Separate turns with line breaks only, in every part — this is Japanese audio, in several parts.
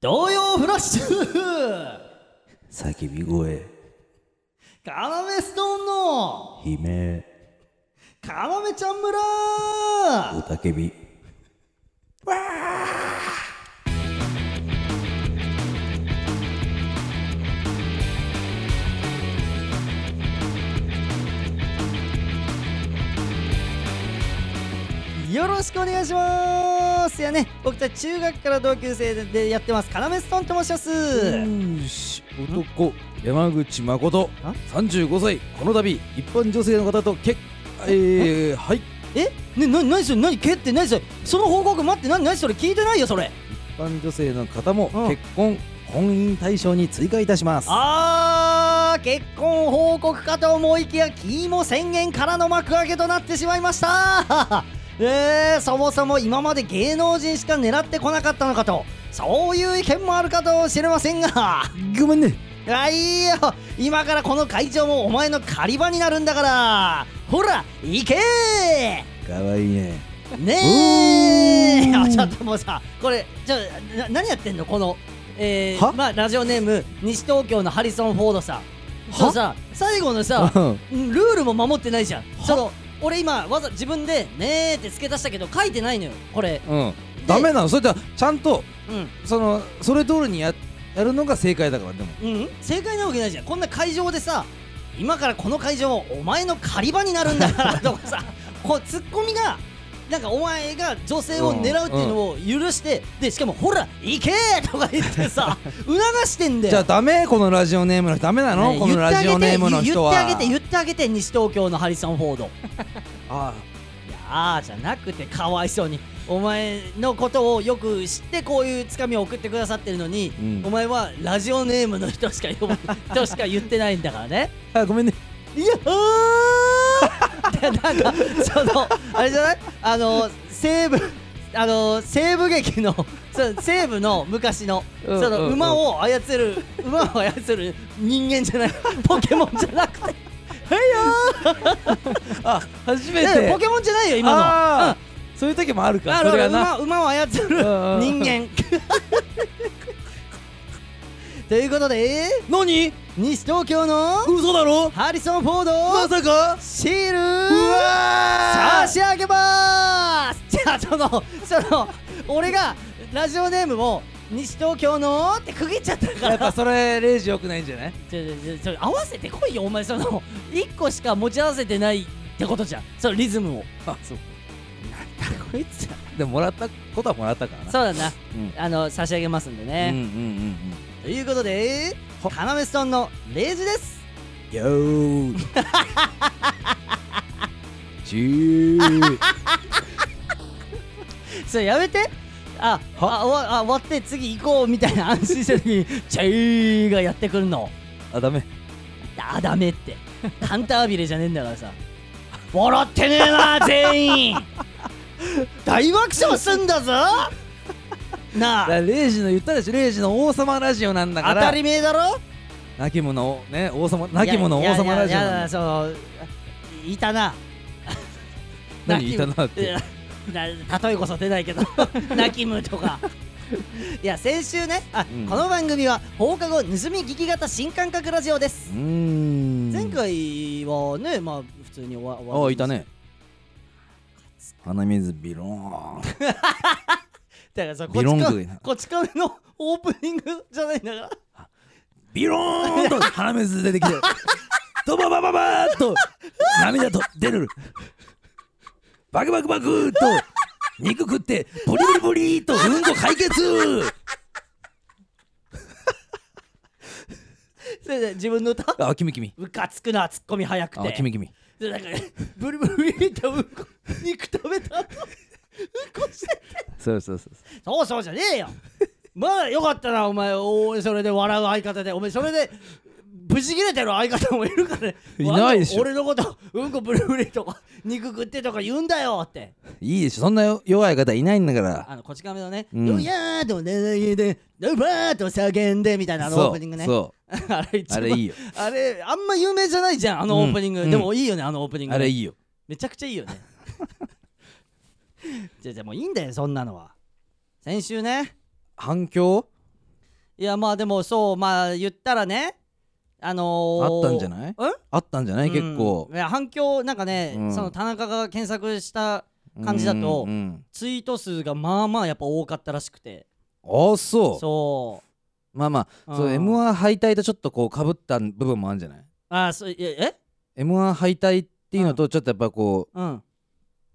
童謡フラッシュ
叫び声
カラメストーンの
悲鳴
カラメちゃん村
雄たけび
よろしくお願いしますいやね僕たち中学から同級生でやってますカラメストーンと申します
よし男山口誠
あ
35歳この度一般女性の方と結えー、はい
えねな何それ何けって何それその報告待って何何それ聞いてないよそれ
一般女性の方も
うん
結婚婚姻対象に追加いたします
あー結婚報告かと思いきやキーモ宣言からの幕開けとなってしまいました えー、そもそも今まで芸能人しか狙ってこなかったのかとそういう意見もあるかとしれませんが
ごめんね
あいいよ今からこの会場もお前の狩り場になるんだからほら行け
かわいいね
ねえ
うーん
あちょっともうさこれちょな何やってんのこのえー
は
まあラジオネーム西東京のハリソン・フォードさんとさ最後のさ
うん
うんルールも守ってないじゃんその俺今わざ自分で「ねえ」って付け出したけど書いてないのよこれ
うんダメなのそれじゃちゃんと
うん
そのそれ通りにややるのが正解だからでも
うん正解なわけないじゃんこんな会場でさ今からこの会場もお前の狩り場になるん だからとかさこうツッコミがなんかお前が女性を狙うっていうのを許して、でしかも「ほら行け!」 とか言って さ促してんだよ
じゃあダメこのラジオネームの人ダメなの、
ね
このラジオネームの人は
言ってあげて言ってあげて言ってあげて西東京のハリソン・フォードい
あ
やあーじゃなくてかわいそうにお前のことをよく知ってこういうつかみを送ってくださってるのに、
うん
お前はラジオネームの人しか呼ぶ人しか言ってないんだからね
あごめんね
いやーなんかそのあれじゃないあの西部あの西部劇のその西部の昔の
うん
そ
うん
の
うん
馬を操る馬を操る人間じゃないポケモンじゃなくて
あ初め
い
て
やポケモンじゃないよ今の
あーそういう時もある
うん、あ
か
る
それ
あ
が
る
な
馬馬を操る
うんうん
人 間ということで
何
西東京の
嘘だろ
ハリソン・フォー
ま
ド
さか
シール
うわ
差
ー
し上げまーすじゃあそのその俺がラジオネームを西東京のって区切っちゃったか
や
ら
っぱそれレイジ良くないんじゃない
ちょちょちょちょ合わせてこいよお前その1個しか持ち合わせてないってことじゃんそのリズムを
あそう
なんだこいつ
でももらったことはもらったからな
そうだな
うん
あの差し上げますんで
うんうん
ね、ということで
は
カナメストーンのレイジです
うん うんよーじー
それやめてああ終わあ終わって次行こうみたいな安心した時に「チェー」がやってくるの
あダメ
あダメってカンタービレじゃねえんだからさ笑ってねえな全員大爆笑すんだぞ
だ
な
か
あ
らレイジの言ったでしょレイジの王様ラジオなんだか
当
ら
たり前だろ
亡き者をね王様亡き者王様ラジオ
いやいやいや
なんだ
そういたな
何いたなっ
いや
て
な例えこそ出ないけ ど泣きむとかいや先週ねあ、
うん
この番組は放課後盗み聞き型新感覚ラジオです
うー、ん
前回はねまあ普通に終わ終わりま
あ
し
いたね鼻水ビローン
だからさこ
ビロン
っち
グイ
か
な
こっち亀のオープニングじゃないんだから
ビローンと鼻水出てきてドババババーっと涙と出るバクバクバクーっと肉食ってボリボリボリーっとうんこ解決
それで自分の歌
あキミキミ
うかつくなツッコミ早く
あ
て
キミキミ
でなんかブリブリブリってうんこ肉食べた後うんこして
そうそうそう
そうそうじゃねえよまだよかったなお前おーそれで笑う相方でお前それでブチ切れてる相方もいるからね
いないでしょ
俺のことうんこブリブリとか肉食ってとか言うんだよって
いいでしょそんな弱い方いないんだから
あのこち亀のね「
うん
うやーとねないでうばーと叫んで」みたいなあのオープニングね
そう
あれ一番
あれいいよ
あれあんま有名じゃないじゃんあの
う
オ
ん
ープニング、
うん
でもいいよねあのオープニング
あれいいよ
めちゃくちゃいいよね じゃあじゃあもういいんだよそんなのは先週ね
反響
いやまあでもそうまあ言ったらねあのー、
あったんじゃないあったんじゃない
え
結構
うん、いや反響なんかね、
うん
その田中が検索した感じだと
うんうん
ツイート数がまあまあやっぱ多かったらしくて
ああそう
そ
まあま
う
あそう
うん
m 1敗退とちょっとこうかぶった部分もあるんじゃないう
あそういやえ
m 1敗退っていうのとちょっとやっぱこ
うん
う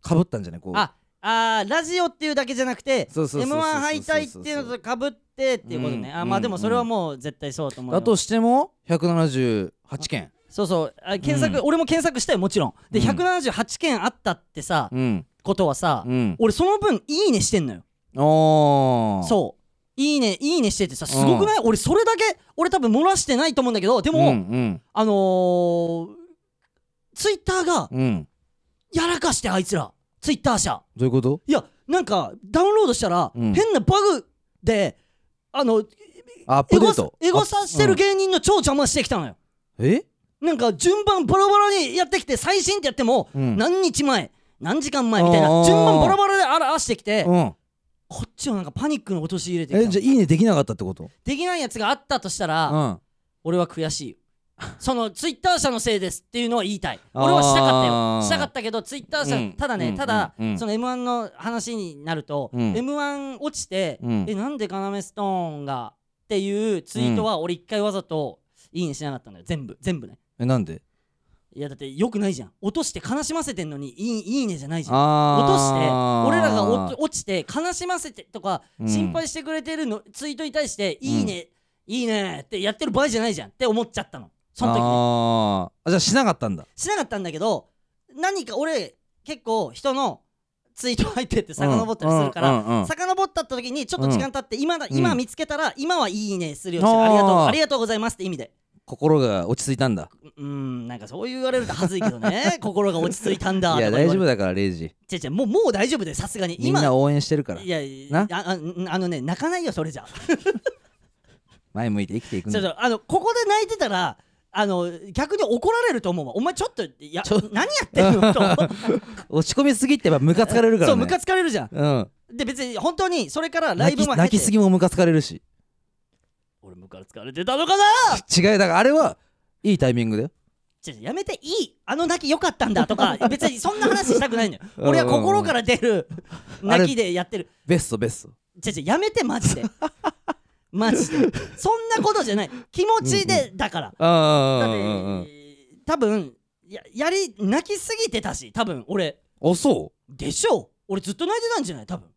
かぶったんじゃないこう
ああーラジオっていうだけじゃなくて
そうそうそう
m
そう
1
そう
敗退っていうのとかぶってっていうことね、
うん
あまあで
う
も
ん
それはもう絶対そうだと思うよ
だとしても178件
そうそうあ検索、
う
俺も検索したよもちろんで
うん
178件あったってさ、
うん
ことはさ、
うん
俺その分いいねしてんのよ
ああ
そういいねいいねしててさすごくない、俺それだけ俺多分漏らしてないと思うんだけどでも、
うん
あのー、ツイッターが
うんうん
やらかしてあいつらツイッター社
どういうこと
いやなんかダウンロードしたら、
うん
変なバグであの
ア
エ
ップデ
ゴ
ー
サ
ト
エゴサしてる
あ
芸人の超邪魔してきたのよ、
うんえ
なんか順番バラバラにやってきて最新ってやっても、
うん
何日前何時間前みたいな
あー
順番バラバラで表してきて、
うん
こっちをなんかパニックの陥れてきた
え
の
じゃあいいねできなかったってこと
できないやつがあったとしたら、
うん
俺は悔しいよ そのツイッター社のせいですっていうのは言いたい
あー
俺はしたかったよしたかったけどツイッター社、
うん
ただね、
うん
ただ、
うん
その m 1の話になると、
うん
m 1落ちて、
うん
えなんで要ストーンがっていうツイートは俺一回わざといいねしなかったんだよ全部全部ね
えなんで
いやだってよくないじゃん落として悲しませてんのにいいいいねじゃないじゃん落
落
として俺らがおと落ちて悲しませてとか
うん
心配してくれてるの、ツイートに対して「いいね、いいね」ってやってる場合じゃないじゃんって思っちゃったのその時に
あーあじゃあしなかったんだ
しなかったんだけど何か俺結構人のツイート入ってって遡ったりするから、
うんうんうんうん
遡った時にちょっと時間経って今だ、
うん
今見つけたら今はいいねするようにしてありがとう
あー
ありがとうございますって意味で
心が落ち着いたんだ
うーんなんかそう言われるとはずいけど ね心が落ち着いたんだと
い
か
や
言われ
大
る
丈夫だからレイジ
違う違うもうもう大丈夫でさすがに
みんな応援してるから
いやいや
な
あああのね泣かないよそれじゃ
前向いて生きていくん
ちょっ
だ
とあのここで泣いてたらあの逆に怒られると思うわお前ちょっといや
ちょ
何やってん のと
落ち込みすぎってやっぱムカつかれるからね
そうムカつかれるじゃ
うん
んで別に本当にそれからライ
泣
ブ
き
も
泣きすぎもムカつかれるし
俺ムカつかれてたのかな
違いだからあれはいいタイミングだよ
ちょやめていいあの泣き良かったんだと か別にそんな話したくないのよ
うんうん
俺は心から出る泣きでやってる
ベストベスト
ちょちょやめてマ ジでマジでそんなことじゃない気持ちでだから
あ
だ
あ
って
あ
多分ややり泣きすぎてたし多分俺
あそ
でしょう俺ずっと泣いてたんじゃない多分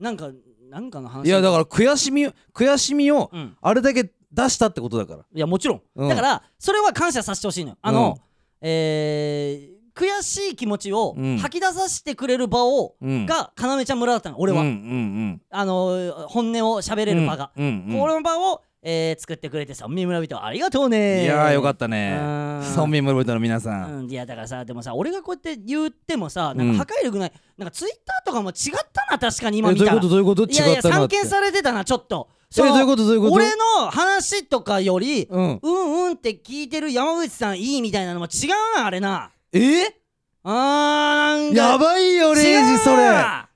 なんかなんかの
う
話
いやだから悔しみ悔しみを
うん
あれだけ出したってことだから
いやもちろん、
うん
だからそれは感謝させてほしいのよあの、えー悔しい気持ちを
うん
吐き出させてくれる場を、
うん
がかなめちゃん村だったの俺は、
うんうん
あのー本音を喋
う
れ
ん
る場が、
うんうん
この場を、えー作ってくれてさ三村人ありがとう
い
ね
やーよかった
う
ね
ーん
村民村人の皆さん
うん、いやだからさでもさ俺がこうやって言ってもさなんか破壊力ない、なんかツイッターとかも違ったな確かに今
え
見
ど
た
ういう
ら
ことどういうこと違
いやいや
ったな
散
って
見されてたなちょっと
えどういうことどういうこと
俺の話とかより、
うん
うんうんって聞いてる山口さんいいみたいなのも違うなあれな
え
あーなんか
やばいよレイジそれ
違うな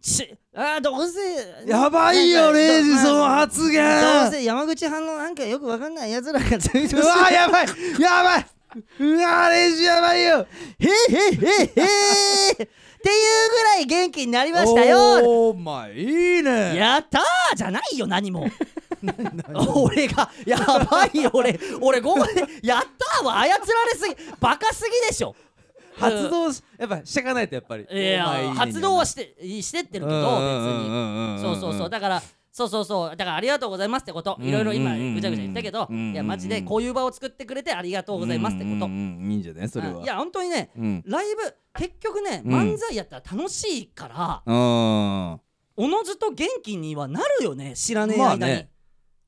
ちあーどうせ
やばいよ
なんか
レイジ
ど
その発言
どうせ山口派のなんかよくわかんないやつらがツイートして
うわーやばいやばいうわーレイジやばい
へー
よ
へーへーへーっていうぐらい元気になりましたよ
おーまあいいね
やったーじゃないよ何も俺がやばいよ俺俺ここでやったーは操られすぎバカすぎでしょ
発動しやっぱしてかないとやっぱり
いや発動はしてしてってるけど別に
に
そうそうそうだからそうそうそうだからありがとうございますってこと
うん
いろいろ今ぐちゃぐちゃ言ったけど
うんうんうん
いやマジでこういう場を作ってくれてありがとうございますってこ
うんう
と
んうんいいんじゃないそれは
うんいや本当にね
うん
ライブ結局ね
うん
漫才やったら楽しいから
うん
おのずと元気にはなるよね知らねえ
まあ
間に、
ね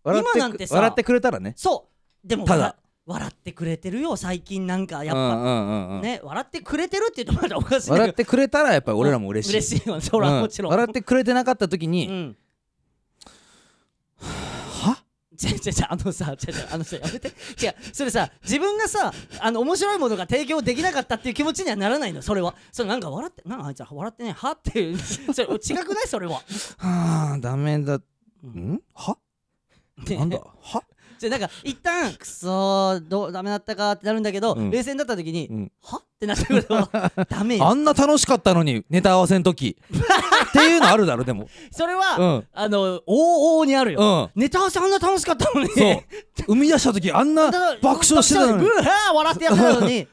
笑って
今なんてさ
笑ってくれたらね
そうでも
ただ
わ笑ってくれてるよ最近なんかやっ
う
ぱ、
んうんうんうん
ね笑ってくれてるって言うとまだおかしいけど
笑ってくれたらやっぱり俺らも嬉しい
嬉しいよそら
うん
もちろん、
笑ってくれてなかった時
う
に
ん
は
違う違う違うあのさ違う違うあのさやめて違うそれさ自分がさあの面白いものが提供できなかったっていう気持ちにはならないのそれはそれなんか笑ってなんかあいつ笑ってねえはっていうそれ違くないそれは
はあダメだ
うん
んは
で
なんだは
じゃあなんか一旦くそーどうダメだったかってなるんだけど、
うん
冷静になった時に、
うん
はってなってくると ダメ
あ
よ
んな楽しかったのにネタ合わせの 時っていうのあるだろでも
それは、
うん
あの往々にあるよ、
うん
ネタ合わせあんな楽しかったのに
そう生み出した時あんな
た だ
爆笑してたのに違
爆笑してうわー笑ってやってたのに
う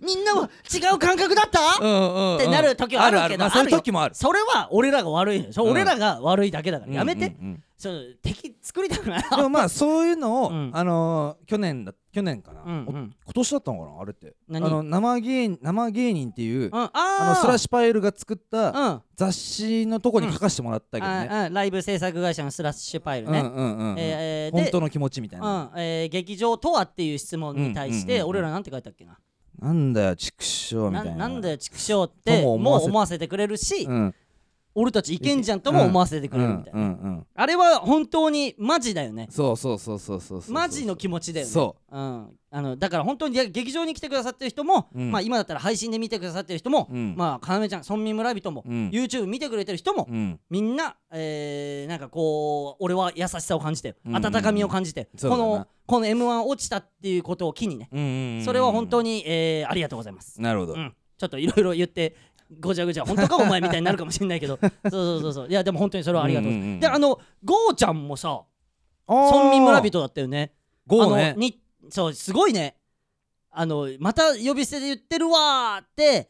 みんなは違う感覚だった、
うんうんうん
ってなる時はある
あ
け
る、
ど
まあ、そういう
よ
時もある
それは俺らが悪いのよそれ
うん
俺らが悪いだけだからやめて、
うんうんうん
その敵作りたくない
でも まあそういうのを、
うん
あのー去年だ去年か な、
うんうん
お今年だったのかなあれってあ
何
の生芸人生芸人ってい
う
う、
んあ
あ
あ
のスラッ
シ
シュパイルが作った
ュ
雑誌のとこに書かせてもらった
う
け
ん
どね、
ああライブ制作会社のスラッシュパイル
うん、う
ね、
んうんうん、
えーで
本当の気持ちみたいな、
うんえー劇場とはっていう質問に対し
うん
て
うんうんうん
俺らなんて書いたっけな
なんだよ畜生み
な
たいな
なんだよ畜生って
とも思わ
も
せ
う思わせてくれるし
うん
俺たちいけんじゃんとも思わせてく
うんう
れる
ん
みたいうなんあれは本当にマジだよね
そうそうそうそうそうそう
マジの気持ちだよね
そ
うん、あのだから本当にいや劇場に来てくださってる人も、
うん
まあ、今だったら配信で見てくださってる人も、
うん
まあ、かなめちゃん村民村人も、
うん
YouTube 見てくれてる人も、
うん
みんな、えーなんかこう俺は優しさを感じて
うんうん
温かみを感じて、
そう
こ
だな
のこの m 1落ちたっていうことを機にね、
うんうんうん
それは本当に、えーありがとうございます、
なるほど、
うんちょっといろいろ言ってごちゃごちゃ本当かお前みたいになるかもしれない けどそうそうそうそういやでも本当にそれはありがとうございます、
うんうんうん
であのゴーちゃんもさ村
村
民村人だったよね
ゴー
あ
ね
のにそうすごいねあのまた呼び捨てで言ってるわーって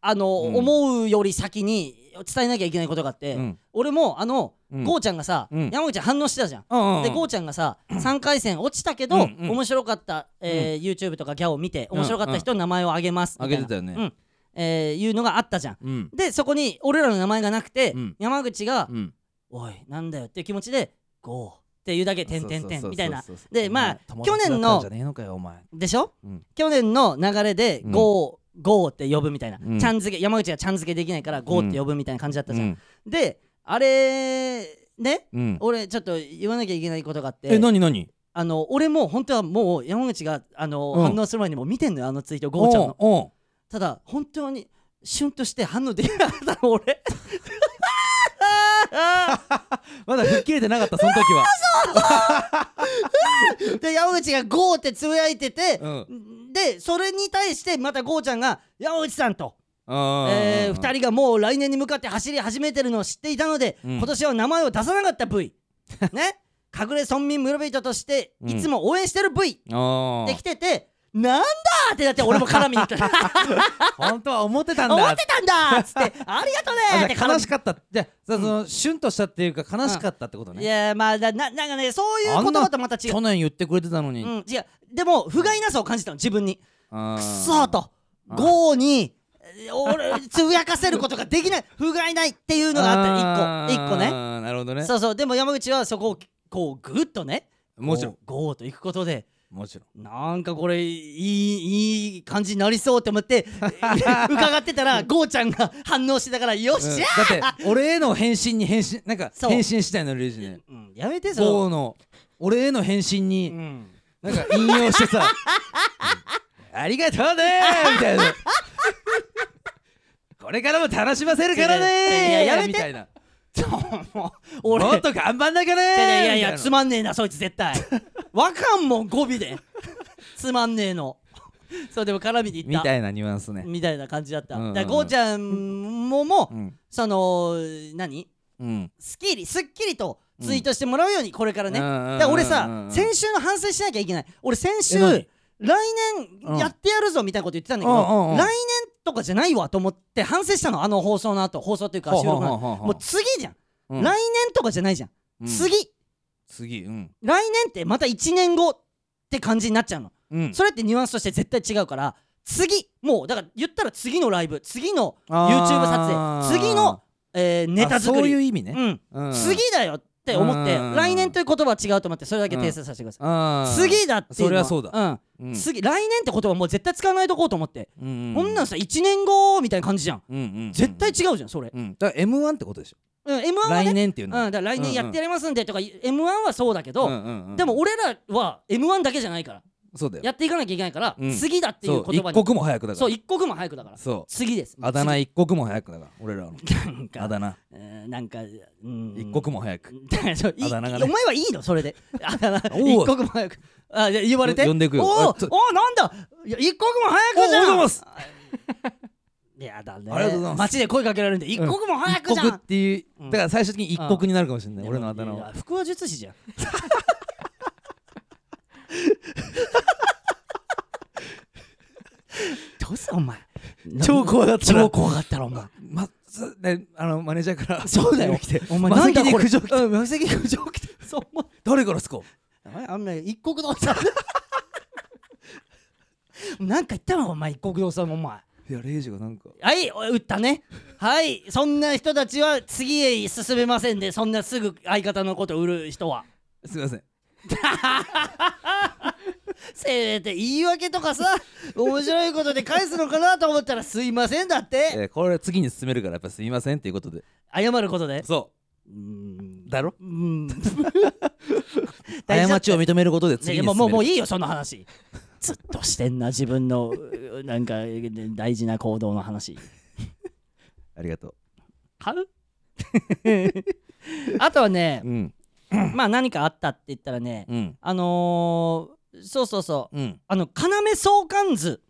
あの、
うん
思うより先に伝えなきゃいけないことがあって、
うん
俺もあの、
うん
ゴーちゃんがさ、
うん
山口反応してたじゃん。
うんうん
でゴーちゃんがさ3回戦落ちたけど、
うんうん
面白かった、えー YouTube とかギャオを見て面白かった人の名前を挙げますみ
あ
たいな
げてたよね
うんえーいうのがあったじゃん。
うん
でそこに俺らの名前がなくて、
うん
山口が
う、ん
おいなんだよっていう気持ちで「ゴー」っていうだけ「てんてんてん」みたいな
そうそうそうそう
でまあ
友
去
達
年
だったん
の
じゃねえのかよお前
でしょ、
うん
去年の流れで
うん
ゴー、ゴーって呼ぶみたいな、
うん
ちゃん付け山口がちゃん付けできないからゴーって呼ぶみたいな感じだったじゃん、
うん
であれね
うん
俺ちょっと言わなきゃいけないことがあって
え何何
あの俺も本当はもう山口があの、
うん
反応する前にもう見てんのよあのツイートゴーちゃんの
おうおう
ただ本当にシュンとして反応できなかったの 俺
まだ吹っ切れてなかったその時 は
で山口がゴーってつぶやいてて、
うん
でそれに対してまたゴーちゃんが山口さんとえ
え
ー、2人がもう来年に向かって走り始めてるのを知っていたので、
うん
今年は名前を出さなかった V ね隠れ村民村人として
うん
いつも応援してる V
人
できてて、なんだーってなって俺も絡みに行った
本当は思ってたんだ
思ってたんだーっつってありがとうねー
あ
って
じ
絡
ゃ
み
あ悲しかったじゃあそのシュンとしたっていうか悲しかったってこと
い
ね
やーまあだななんかねそういう言葉とまた違う
去、年言ってくれてたのに
うん、違うでも不甲斐なさを感じたの自分に
あ
くそーと
あー
ゴーにえー俺つぶやかせることができない不甲斐ないっていうのがあった1個1個ね
あーなるほどね
そうそうでも山口はそこをこうグッとね
もちろん
こうゴーと行くことで
もちろん
なんかこれいいいい感じになりそうって思って 伺ってたらゴーちゃんが反応してたからよっ
うん
し
だ
ゃ
って俺への返信に返信なんか
そう
返信したいのレイジね
ー、うんやめてそ
ゴ
の
ーの俺への返信
う
に
ん
なんか引用し てさありがとうねーみたいなこれからも楽しませるからねー
いやいややめて
みたいな
もう俺
もっと頑張んなきゃね
い
ー
やいやいや
みた
つ
な
まんねえなそいつ絶対わかんもん語尾でつまんねえのそうでも絡みに行
み
った
いなニュアンスね
みたいな感じだった、
うんうんうん
だからゴーちゃんもも、
うん
その何
うん
すっきりすっきりとツイートしてもらうようにこれからね、
うんうんうんうんうん
だから俺さ先週の反省しなきゃいけない俺先週
え何
来年やってやるぞみたいなこと言ってたんだけど、
うんうんうんうん
来年とかじゃないわと思って反省したのあの放送の後放送っていうか収録の後
ほうほうほうほう
もう次じゃん、
う
来
ん
年とかじゃないじゃん、
うん
次
次うん
来年ってまた1年後って感じになっちゃうの、
うん
それってニュアンスとして絶対違うから次もうだから言ったら次のライブ次の
あ
YouTube 撮
ー
影次の、えーネタ作り
あそういう意味ね
うん
うん
次だよって思って、
うん
来年という言葉は違うと思ってそれだけ訂正させてください、
あー
次だっていうのは
そりゃそう
だ、
うん
ん、次来年って言葉もう絶対使わないとこうと思って、
うんうんうん
こんなんさ1年後みたいな感じじゃん、
うんうんうん
絶対違うじゃんそれ、
うんだから M1 ってことでしょ
うん、m 1は
来
ね
年っていう
うん、
の
だから来年やってやりますんでとか、m 1はそうだけど、
うんうんうん
でも俺らは m 1だけじゃないから
そうだよ
やっていかなきゃいけないから、
うん
次だってい
そうう
言
一
葉に
刻も早くだか
そう
ら
一刻も早くだから
そ
次です
うあだ名一刻も早くだから俺らの
次なんか
あだ名
えーなんか、うん、
一刻も早く
そう い
あだ名がね
お前はいいのそ れであだ名
おう
一刻も早くあじゃあ言われて
よ呼んでくよ
おう
あちょ
おうなんだいや一刻も早くじゃん
おおはようございます
いやだね
ありがとうございます
街で声かけられるんで一刻も早く
一
じゃん、
刻っていう
うん
だから最終的に一刻になるかもしれない
ね
俺のあだ名はい
や腹話術師じゃん どうすお前
超怖かったな
超怖かったろお 前
まずねあのマネージャーから
そうだ
メー
よ
ル来て
お前
マ
な
セ
んだ
キに
これ
苦情来て
うんマセキ苦情来てそう思う
誰からっすか
あんな一国堂さん なんか言ったのお前一国堂さんもお前
いやレイジがなんか
はいお打ったねはいそんな人たちは次へ進めませんでそんなすぐ相方のこと売る人は
すいません
せめて言い訳とか さ面白いことで返すのかなと思ったらすいませんだって
えーこれ次に進めるからやっぱすみませんっていうことで
謝ることで
そう
ーん
だろ
うーん 大事だ
過
っ
ちを認めることで
ね
次
いや
に
も
進
うも
め
う
る
もういいよその話ずっとしてんな自分のうなんか大事な行動の話
ありがとう
買う あとはね
うん
まあ何かあったって言ったらね
うん
あのーそうそうそう
うん
あの要相関図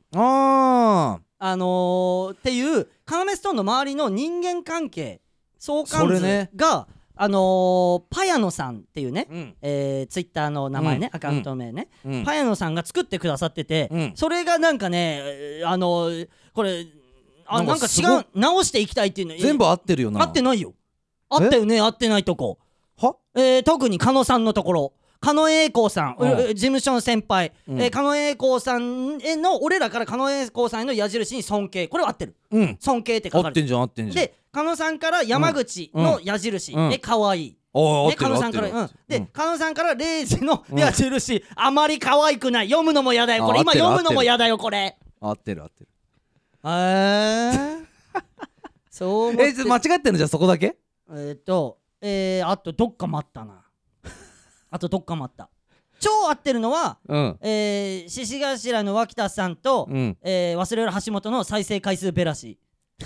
ああ
あのーっていう要ストーンの周りの人間関係相関
それ
図が、
ね
あのーパヤノさんっていうね、
うん
えー、ツイッターの名前ね、
うん
アカウント名ね、
うん
パヤノさんが作ってくださってて、
うん
それがなんかねえーあのーこれあ
な
なんん
か
か
す
違
ごいう
直していきたいっていうの
全部合ってるよ
え
な
合ってないよ合ったよね合ってないとこ、
は
えー特に狩野さんのところ狩野英孝さん、
うん
うう事務所の先輩、
うん
えー狩野英孝さんへの俺らから狩野英孝さんへの矢印に尊敬これは合ってる
うん
尊敬って書
合
か
っ
れて
て
る
んじゃん合ってんじゃん
で狩野さんから山口の矢印、
うんうん
え可愛い
ああ合
ね、
って
カ
る
ノ
合
さ
っ
ん
て
から、
る
う
合っ
ん
て、る
で、カノさんからレイジの
うん
矢印、あまり可愛くない、読むのも嫌だよ、これ、
あ
今
合ってる
読むのも嫌だよ、これ。
合ってる合ってる
えー、 そう思って
えちょっと間違ってるのじゃあそこだけ
えーっと、えー、あとどっか待ったな。 あとどっか待った。超合ってるのは、
うん
えー、獅子頭の脇田さんと、
うん
えー忘れる橋本の再生回数ベラシ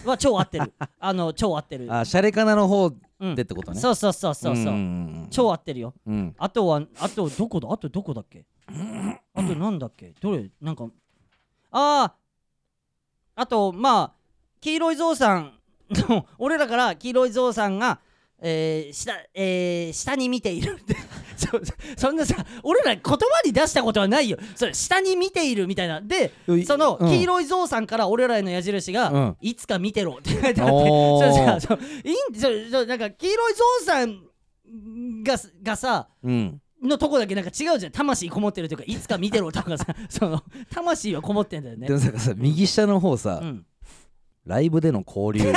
は超合って る。あの、超合ってる。
あシャレカナの方で
うん
ってことね
そうそうそうそうそう。
ん
超合ってるよ。
うん
あとはあとどこだあとどこだっけあとなんだっけどれなんかあああとまあ黄色いゾウさんの 俺らから黄色いゾウさんが、えー下えー下に見ているって そそんなさ俺ら言葉に出したことはないよそれ下に見ているみたいなで
うん
その
うん
黄色いゾウさんから俺らへの矢印が、
うん
いつか見てろって書いてあってそ
おー
れさそういいんそれそうなんか黄色いゾウさんががさ
うん
のとこだけなんか違うじゃん魂こもってるというかいつか見てろとかさその魂はこもってんだよね
でもささ右下の方さ
うん、
ライブでの交流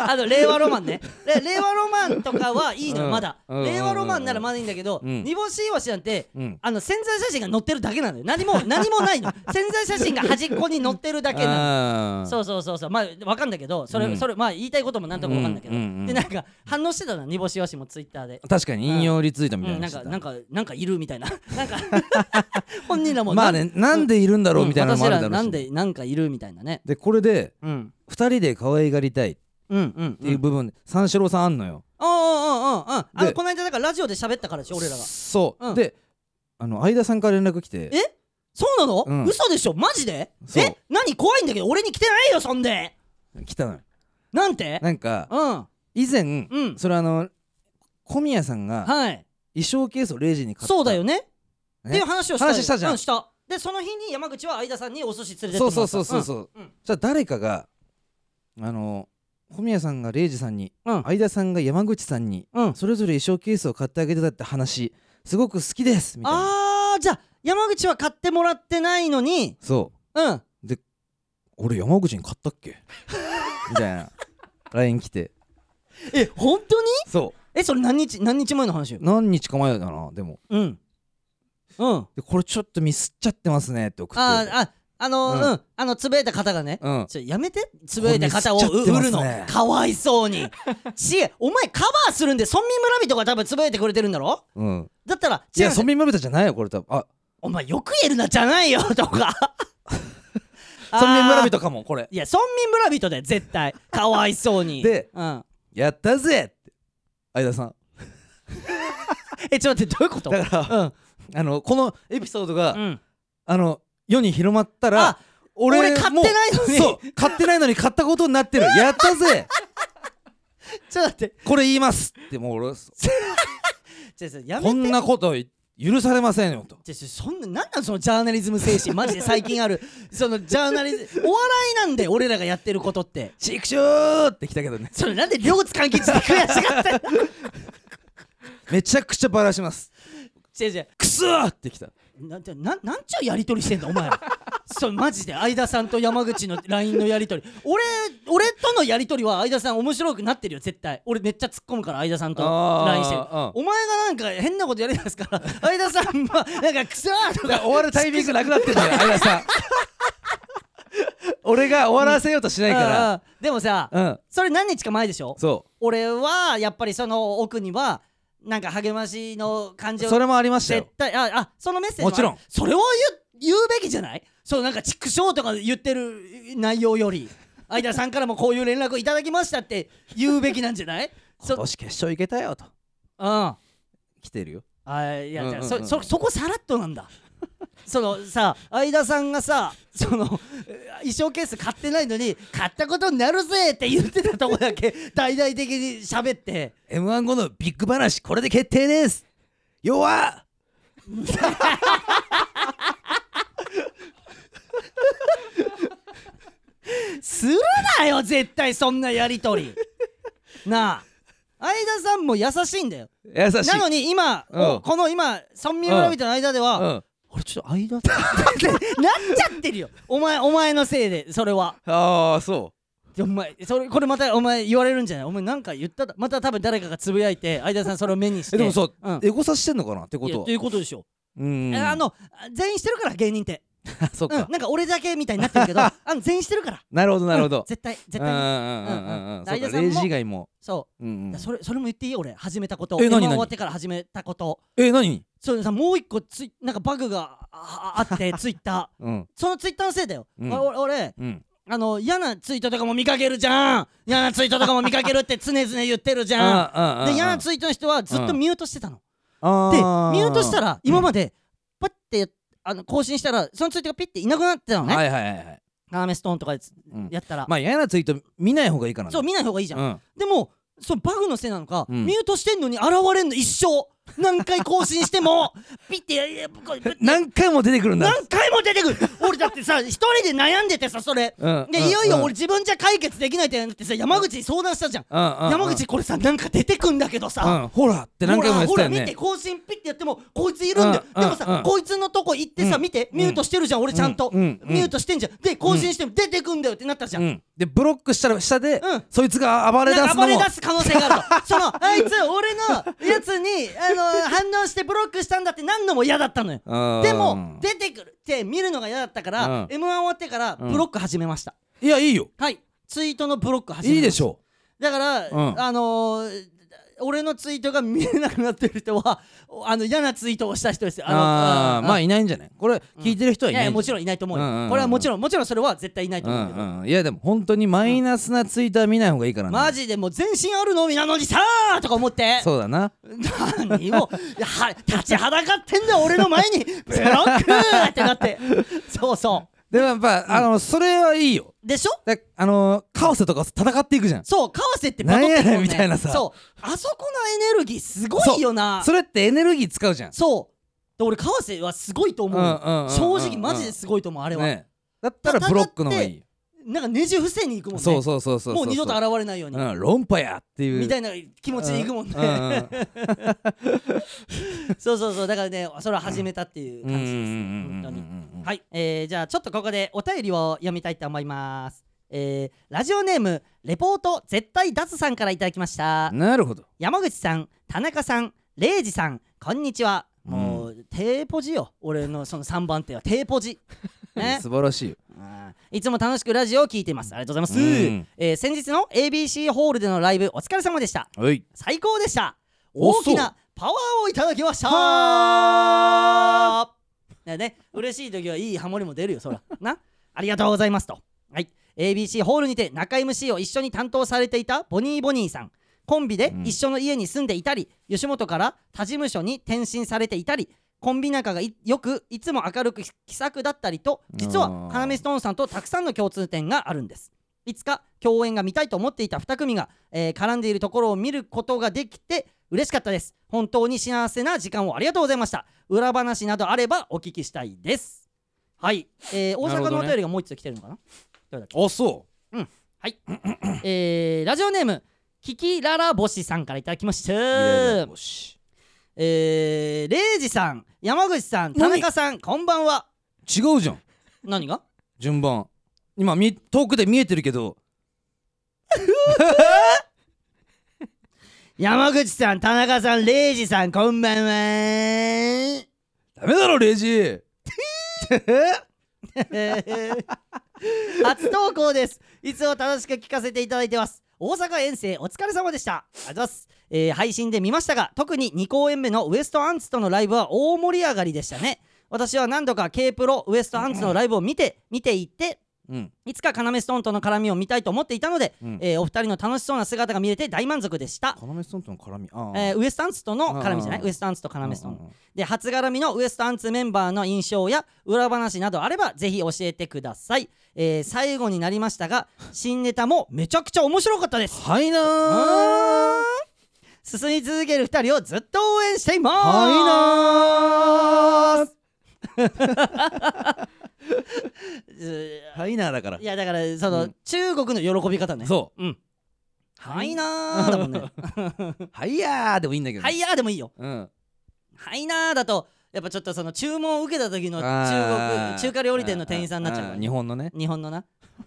あの令和ロマンねで令和ロマンとかはいいの
う
よ
ん
まだ、
うん
令和ロマンならまだいいんだけど、
うん
煮干しいわしなんて
うん
あの潜在写真が載ってるだけなのよ何も 何もないの潜在写真が端っこに載ってるだけなの
あー
そうそうそうそうまあわかんだけどそれ、
うん
それまあ言いたいこともなんとかわかんだけど、
うんうんうん
でなんか反応してたな煮干しわしもツイッターで。
確かに引用リツイート
う
みたい
ん、な
な
ん
のして
か
た
なんかなんかいるみたいななんか 本人らも
まあねなんでいるんだ
だ
ろうみたいなのもあるだろうし
なんでなんかいるみたいなね
でこれで
うん
2人で可愛がりたいっ
うんうん
ていう部分で三四郎さんあんのよ
あああああああ
で
のこの間だからラジオで喋ったからでしょ俺らが
そう
うん
であの相田さんから連絡来て
えそうなの、
うん
嘘でしょマジで
そう
え何怖いんだけど俺に来てないよそんで
来たのよ
なんて
なんか
うん
以前
うん
それあの小宮さんが
はい
衣装ケースをレイジに買った
そうだよねっ
ね
ていう話をした
話したじゃん
うしたでその日に山口は相田さんにお寿司連れてっても
そ
ら
う
った
そうそうそうそう
うんうん
じゃあ誰かがあの小宮さんがレイジさんに
うん
相田さんが山口さんに
うん
それぞれ衣装ケースを買ってあげてたって話すごく好きですみたいな
あーじゃあ山口は買ってもらってないのに
そう
うん
俺山口に買ったっ けみたいな LINE 来て
え本当に
そ
えそれ何日何日前の話よ
う何日か前だなでも
うんうん
でこれちょっとミスっちゃってますねって送って
あーああのー
う
うんん、あのつぶやいた方がね、
うん
ちょやめてつぶやいた方をう
これミスっちゃってま
売
す
る
ね
のかわいそう にちえお前カバーするんで村民村人が多分つぶやいてくれてるんだろ
うん
だったら
い
違
や
う
ソミまぶたじゃないよこれ多分あ
お前よく言えるなじゃないよ とか
ソミ
あ
村
ー
人かもこれ
いや村民村人だよ絶対かわいそうに
で
うん、
いやったぜって相田さん
えちょっと待ってどういうこと
だから、あのこのエピソードが、
うん
あの世に広まったら
あ俺買ってないのに
もうそう買ってないのに買ったことにな ってるやったぜ
ちょっと待って
これ言いますってもう俺
ちょちょや
こ
め
んなこと許されませんよと
ちょちょそんななんなんそのジャーナリズム精神マジで最近あるそのジャーナリズムお笑いなんで俺らがやってることって
チークショーって来たけどね
それなんで両津勘吉って悔しがってんの
めちゃくちゃバラします
違う違う
くそーって来た
なんてなんなんちゅうやり取りしてんだお 前らそうマジで相田さんと山口の LINE のやり取り俺俺とのやり取りは相田さん面白くなってるよ絶対俺めっちゃ突っ込むから相田さんと
あー
LINE してる
うん
お前がなんか変なことやりだすから相田さんはなんかクソーとか
終わるタイミングなくなってんだよ 相田さん俺が終わらせようとしないか
うんうんでもさ、
らうん
それ何日か前でしょ
そ
俺はやっぱりその奥にはなんか励ましの感
う
情
それもありましたよ
絶対ああそのメッセージある
もちろん
それを言う言うべきじゃないそうなんか畜生とか言ってる内容より相田さんからもこういう連絡をいただきましたって言うべきなんじゃ ないそ
今年決勝行けたよと
うんあ
来てるよ
いや、
うんうんうん
そそそこさらっとなんだそのさ相田さんがさその衣装ケース買ってないのに買ったことになるぜって言ってたとこだけ大々的に喋って
m 1後のビッグ話これで決定です弱っ
するなよ絶対そんなやりとりなあ相田さんも優しいんだよ
優しい
なのに今、
うん
おこの今村民村人の間では、
うん
俺ちょっと間って なっちゃってるよお前お前のせいでそれは
ああそ
でお前それこれまたお前言われるんじゃないお前なんか言っただまた多分誰かがつぶやいて相田さんそれを目にし
う
て
えでもさ、
うん
エゴサしてんのかなってこ
いやと
とは
いうことでしょ、
うーん
あの全員してるから芸人って、
そっ
うん、
か、
なんか俺だけみたいになってる けどあの全員してるから
なるほどなるほど、
うん絶対絶
うんう
対にうん相
んうんうんうんそうか
田さんも
レイジ以外も、
そう
うんうん、
それそれも言っていい俺始めたこと
え
M1
何何
終わってから始めたこと
え何
それでさもう一個ツイなんかバグがあああ ってツイッタ
うん
ーそのツイッターのせいだよ、
うん
俺俺俺
うん
あの嫌なツイートとかも見かけるじゃん嫌なツイートとかも見かけるって常々言ってるじゃん
あ
で嫌なツイートの人はずっとミュートしてたの、
あ
でミュートした
ら
ら今までパッてやあの更新したらそのツイートがピッていなくなってたのね、
はいはいはいはい、
ナーメストーンとかでつ
うん
やったら、
まあ嫌なツイート見ない方がいいかな
そう見ない方がいいじゃん、
うん
でもそのバグのせいなのか、
うん
ミュートしてんのに現れんの一生何回更新して もピッてややこう
何回も出てくるんだ
何回も出てくる俺だってさ一人で悩んでてさそれ
うん
で
うん
いよいよ
うん
俺自分じゃ解決できないってなってさ山口に相談したじゃん
うんうんうん
山口これさなんか出てくんだけど
う
さ
んほらって何回もやって
ほ
た
ら
よ
ほら見て
ね
更新ピッてやってもこいついるんだよ
うん
でも
う
さ
ん
こいつのとこ行ってさ
うん
見て
うん
ミュートしてるじゃん俺ちゃんと
うん
ミ
うん
ュートしてんじゃんで更新しても出てくんだよってなったじゃん
うんでブロックしたら下で、
うん
そいつが暴れ出
なん
す
か
の
暴
も
れ出す可能性があると そのあいつ俺のやつにあの反応してブロックしたんだって何のも嫌だったのよ
うん
でも出てくるって見るのが嫌だったから、
うん
m 1終わってから
うん
ブロック始めました、
いやいいよ
はいツイートのブロック始めま
いいで
ょ
しょ
だから、
うん
あのー俺のツイートが見えなくなってる人は おあの嫌なツイートをした人ですよ
ああーまあ
い
いないんじゃないこれ聞いてる人はい
い
な
やいや
いんじゃ
もちろんいないと思うよ、
うんうんうん
これはもちろんもちろんそれは絶対いないと
な
思
い
け
う
ど、
うんうんいやでも本当にマイナスなツイートは見ない方がいいからな
マジでもう全身あるのみなのにさーとか思って
そうだな
何 もいやは立ちはだかってんだよ俺の前にブロックーってなってそうそ
でもやっぱ、あのそれはいいよ
うでしょ
だあのカオスとか戦っていくじゃん
そう、川瀬ってバトってるもん
なんや
ね
ねんみたいなさ
そう、あそこのエネルギーすごいよな。
それってエネルギー使うじゃん
そう。で俺川瀬はすごいと思うよ。
うんうんうんうん
正直マジですごいと思うあれは。
ねだったらブロックの方がいいよ
なんかねじ伏せに行くもんね。
そうそうそうそう
もう二度と
現
現れないように。
うん論破やっていう
みたいな気持ちで行くもんね、
う んうん
そうそうそうだからねそれは始めたっていう
うんう
感
ん
じです、
うんうんうんう
本
ん
当に
うん
はい、えー、じゃあちょっとここでお便りを読みたいと思います、えー、ラジオネームレポート絶対脱さんからいただきました
なるほど
山口さん田中さん礼二さんこんにちはもう、テーポジよ俺のその3番手はテーポジ ね
素晴らしいよ
あーいつも楽しくラジオを聞いていますありがとうございます、
うん
えー先日の ABC ホールでのライブお疲れ様でした
はい
最高でした
お
大き
そう
なパワーをいただきました
は
だね嬉しい時はいいハモリも出るよそら なありがとうございますとはい ABC ホールにて中 MC を一緒に担当されていたボニーボニーさんコンビで
うん
一緒の家に住んでいたり、吉本から他事務所に転身されていたりコンビ仲がいよくいつも明るく気さくだったりと実
あ
は
ー
カナメストーンさんとたくさんの共通点があるんですいつか共演が見たいと思っていた2組が、えー絡んでいるところを見ることができて嬉しかったです本当に幸せな時間をありがとうございました裏話などあればお聞きしたいですはい、えー大
なる
阪
ほ
のお
どね
便りがもう一つ来てるのかなどれだっけ
あそ
えーラジオネームキキララボシさんからいただきました
うよし
えー、レイジさん山口さん田中さんこんばんは
違うじゃん
何が
順番今み遠くで見えてるけど
山口さん田中さんレイジさんこんばんは
ダメだろレイジ
初投稿ですいつも楽しく聞かせていただいてます大阪遠征お疲れ様でしたありがとうございます、えー配信で見ましたが特に2公演目のウエストアンツとのライブは大盛り上がりでしたね私は何度か K プロウエストアンツのライブを見て見ていて
うん
いつか要ストーンとの絡みを見たいと思っていたので、
うん
えーお二人の楽しそうな姿が見れて大満足でした、
要ストーンとの絡みあー
えーウエストアンツとの絡みじゃない
うんうんうん
ウエストアンツと要ストーン
うんうんうん
で初絡みのウエストアンツメンバーの印象や裏話などあればぜひ教えてください、えー最後になりましたが新ネタもめちゃくちゃ面白かったです
はいなー
進み続ける2人をずっと応援しています
はいな
う
ーはいなーだから
いやだからその、
うん
中国の喜び方ね
そう
うんはいなーだもんね
「はいやー」でもいいんだけど
はいやーでもいいよ
うん
はいなーだとやっぱちょっとその注文を受けた時の中
あ
国
ー
中華料理店の店員さんになっちゃうから
あ
ね
ー日本のね
日本のな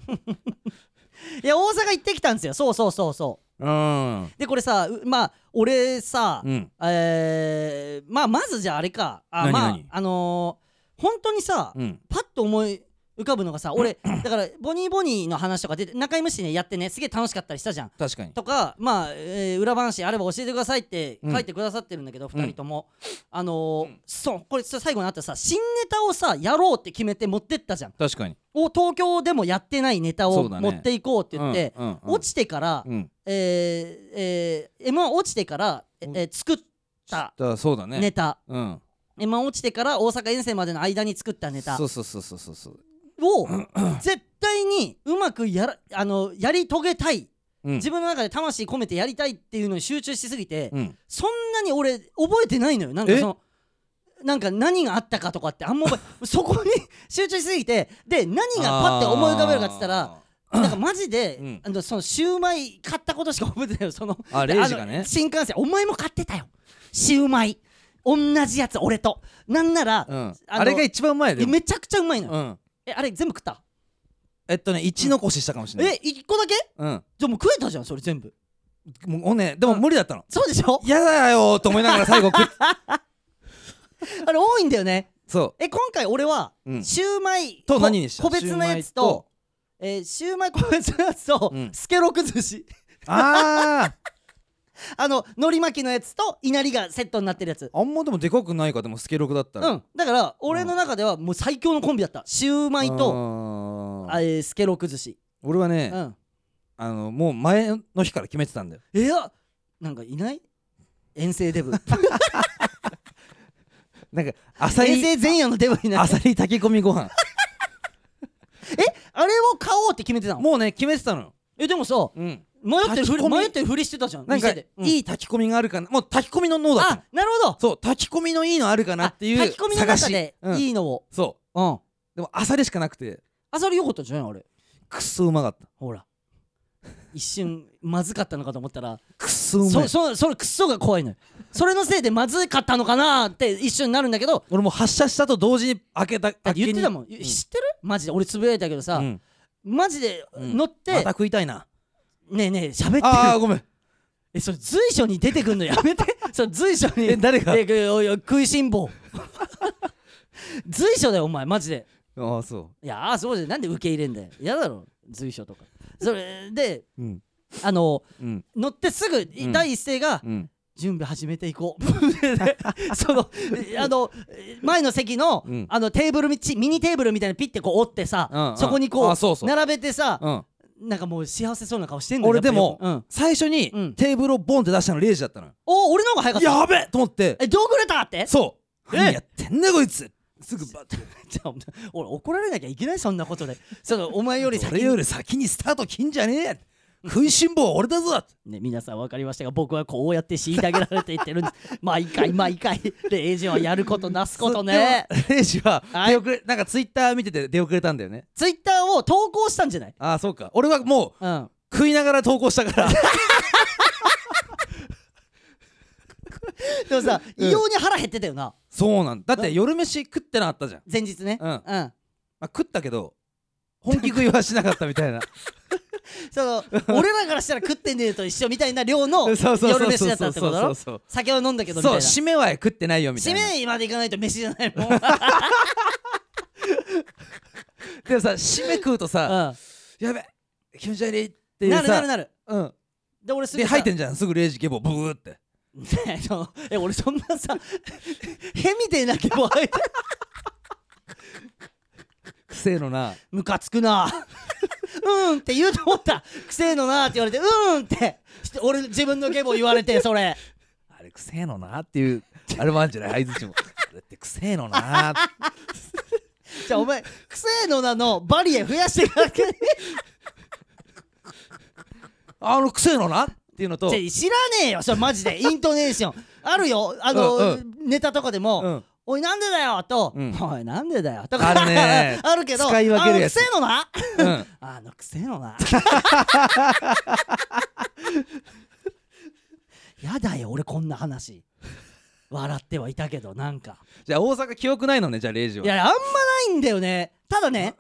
いや大阪行ってきたんですよそうそうそうそ
うん
うでこれさうまあ俺さ、
うん
えーまあまずじゃああれかあ
何
まあ
何
あのー本当にさ、
うん
パッと思い浮かぶのがさ 俺だからボニーボニーの話とかで中居虫ねやってねすげえ楽しかったりしたじゃん
確かに
とかまあ、えー裏話あれば教えてくださいって書いてくださってるんだけど、二人とも、あのーそうこれさ最後にあったさ新ネタをさやろうって決めて持ってったじゃん
確かに
を東京でもやってないネタ
そ
を
うだ
持
ね
っていこうって言って、
うんうんうん
落ちてから、
うん
えーえー、M1 落ちてから、え
うん
えー作った
だからそうだ
ネ
ね
タ、
うん
M1 落ちてから大阪遠征までの間に作ったネタ
そ
を
うそうそうそうそうそう
絶対にうまくやらあのやり遂げたい
うん
自分の中で魂込めてやりたいっていうのに集中しすぎて、
うん
そんなに俺覚えてないのよなんか
え
そのなんか何があったかとかってあんま覚えそこに 集中しすぎてで何がパッて思い浮かべるかっつったらなんかマジで、
うん
あのそのシューマイ買ったことしか覚えてないよその
あーあ
で
レイジが
あ
ね
の新幹線お前も買ってたよシューマイ同じやつ俺となんなら、
うん
あの
あれが一番前でも
めちゃくちゃうまいのよ、
うん
えあれ全部食った、
えっとね一残ししたかもしれない
え一個だけ
うん
じゃあもう食えたじゃんそれ全部
もうねでも無理だったの
そうでしょ
嫌だよーと思いながら最後食っ
あれ多いんだよね
そ
え今回俺は、
うん
シューマイ
と
こ
何にした
個別のやつとえーシューマイ個別のやつと、
うん
スケロク寿司
うあ
あの海苔巻きのやつといなりがセットになってるやつ
ああんまでもでかくないかでもスケロクだったら
うんだから俺の中ではもう最強のコンビだったシューマイと
と
あえースケロク寿司。
俺は
う
ね、
ん。
あのもう前の日から決めてたんだよ
いや、なんかいない遠征デブ。
なんかアサ
遠
リ
征前夜のデブいない。
アサリ炊き込 みご飯
あれを買おうって決めてたの
もうね決めてたのよ、
え、でもさ、
うん、
迷ってるふ
炊き込
り、
み
迷ってるふりしてたじゃん、
なんか
店
い
で。うん
い炊き込みがあるかなもう炊き込みの脳だったの
あ、なるほど。
そう炊き込みのいいのあるかなっていう
あ
探
炊
し
き込みの中で
うん
いいのを。
そ
うん。
うでもアサリしかなくて
あ、それ良かったじゃん、あれ。
くっそうまかった
ほら。一瞬、まずかったのかと思ったら、
くっそうま
そ
い
そそれクソが怖いのよ。それのせいでまずかったのかなって一瞬になるんだけど、
俺もう発射したと同時に開けた
だっ
開
て
けに
言ってたもん。
う
知ってるマジで。俺つぶやいたけどさ
う、ん
マジで
うん
乗って、
また食いたいな
ねえねえ喋ってる
あーごめん
えそれ随所に出てくんのや めてそれ随所に
え誰が
ええおいおい食いしん坊 随所だよお前マジで
ああそ
いやあーそうじゃなんで受け入れんだよ嫌だろ随所とかそれで
ううん
あの
うん
乗ってすぐ、い
うん
第一声が、
うん
準備始めていこう でそのあの前の席の,、
うん
あのテーブルみちミニテーブルみたいなのピッてこう折ってさ、
うんうん
そこにこ
あそう
う
そう
並べてさ、
うん
なんかもう幸せそうな顔してんのよ
俺で
やっ
も、
ぱようん、
最初に
うん
テーブルをボンって出したの0時だったのよ、
お俺の方が早かった
やべえと思って
えどうくれたって
そう
え
何やってんねこいつすぐバッて
じゃあ俺怒られなきゃいけないそんなことで そのお前より先
俺
に
より先にスタート切んじゃねえ食いしん坊は俺だぞ
ね、皆さん分かりましたが僕はこうやって虐げられていってるんです 毎回毎回レイジはやることなすことね
そうでもレイジは
はい
出遅れなんかツイッター見てて出遅れたんだよね
ツイッターを投稿したんじゃない
ああそうか俺はもう
うん
食いながら投稿した から
でもさ
うん
異様に腹減ってたよな
そうなんだだって夜飯食ってなかったじゃん、
前日ね
うんま
うん
あ、食ったけど本気食いはしなかったみたいな
そ の俺らからしたら食ってねえと一緒みたいな量の
そうそうそう
夜
そ
飯だ
う
った
そう
ってことだ
そう
ろ
そう
酒を飲んだけどみたい
そ
な
う締めは食ってないよみた
締
いな
めまで行かないと飯じゃないもんうん
でもさ締め食うとさやべ気持ち悪いっていう
な
さ
るなるなる
うん
で俺すぐ
で
さ
吐いてんじゃんすぐ0時ゲボブーって
ね えのえ俺そんなさ へみてえなけど入って
くせえのな
ムカつくなうんって言うと思ったくせえのなって言われてうんってして俺自分のゲボ言われてそれ
あれくせえのなっていうあれもあるんじゃない相づち もあれってくせえのなって
じゃあお前くせえのなのバリエ増やしてくだけ
あのくせえのなっていうのと
じゃあ知らねえよそれマジでイントネーションあるよあの、
うんう
ネタとかでも、
うん
おいなんでだよと、
うん
おいなんでだよとか
あるね
あるけど
使い分けるやつ
あのくせえのな
うん
あのくせえのな。 やだよ、俺こんな話。笑ってはいたけど、なんか。
じゃあ大阪記憶ないのねじゃあ0時
い
は
や、あんまないんだよね。ただ ね、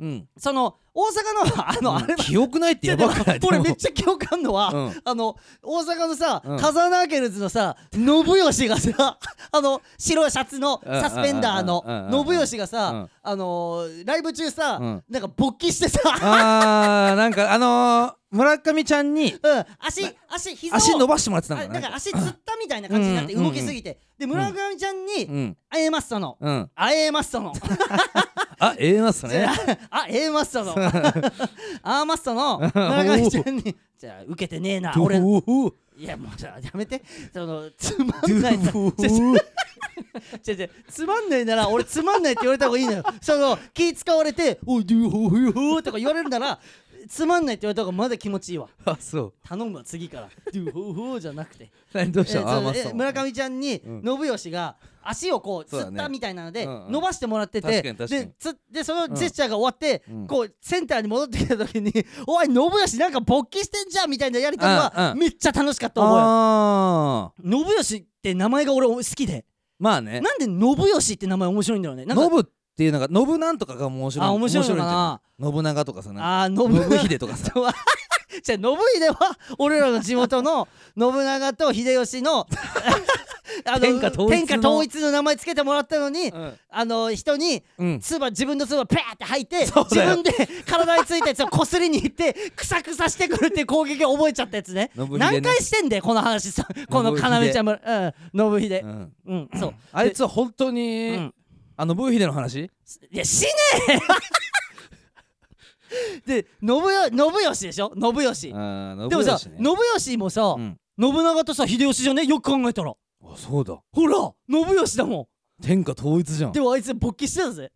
うん
その、大阪の、あの、あれは。
記憶ないってやばくない
俺めっ
ゃ
ちゃ共感のは、
うん
あの大阪のさ、
うん
カザナーケルズのさ信義が さあの白いシャツの
うん
サスペンダーの
うんうんうん
信義がさ、
うん
あのーライブ中さ、
うん
なんか勃起してさ
あーなんかあのー、村上ちゃんに
うん、足、足、膝を
足伸ばしてもらって
あ
たの
だか
ね
ら足つったみたいな感じになって
うん
動きすぎて、で村上ちゃん
う
に
ん
「あえますその」
うん
「あえますその」
あええますね
「 あえますそ の」「あーますその」村上ちゃんに「じゃあ受けてねえな俺
ド
い
ゥフー
やもうじゃあやめてそのつまんないな
ドゥフ
ちょちょ
ー
ちょちょつまんないなら俺つまんないって言われた方がいいのよその気使われて「おいドゥーホーホーホー」とか言われるならつまんないって言われた方がまだ気持ちいいわ
あそう
頼むわ次から「ドゥーホーホー」じゃなくて
何どうし
え
た
ー
のあ
そ
ーま
の
あそう
え村上ちゃんに
うん
信義が足をこう
そうだ
つ
ね
ったみたいなので
うんうん
伸ばしてもらって
確かに
て
確かに
でつでそのジェスチャーが終わって
うん
こうセンターに戻ってきた時に 「おい信義なんか勃起してんじゃん」みたいなやりとり
うん
は
うん
めっちゃ楽しかった覚
あー
え信義って名前が俺好きで
まあね
なんで信義って名前面白いんだろうねなんか
ノブっていうのがノブなんとかが面白い
あ面白いのかな
面白いんじゃない信長とかさなんか
あー信
信秀とか さ
じゃあ信秀は俺らの地元の信長と秀吉 のあの
天下統一の
天下統一の名前つけてもらったのに、
うん
あの人に
うん
唾自分の唾をペーって吐いて
そう
自
だよ
分で体についたやつをこすりに行ってクサクサしてくるっていう攻撃を覚えちゃったやつね
信秀ね
何回してんだよこの話さこの要ちゃんもうん信秀
うん
うん、そう
あいつは本当
う
に
ん
あの信秀の話
いや死ねえ で信よ信義でしょ信義
あー
でもさ
信
信
義ね
義もさ
うん
信長とさ秀吉じゃねよく考えたら
あそうだ
ほら信義だも
天下統一じゃん
んでもあいつ勃起してたぜ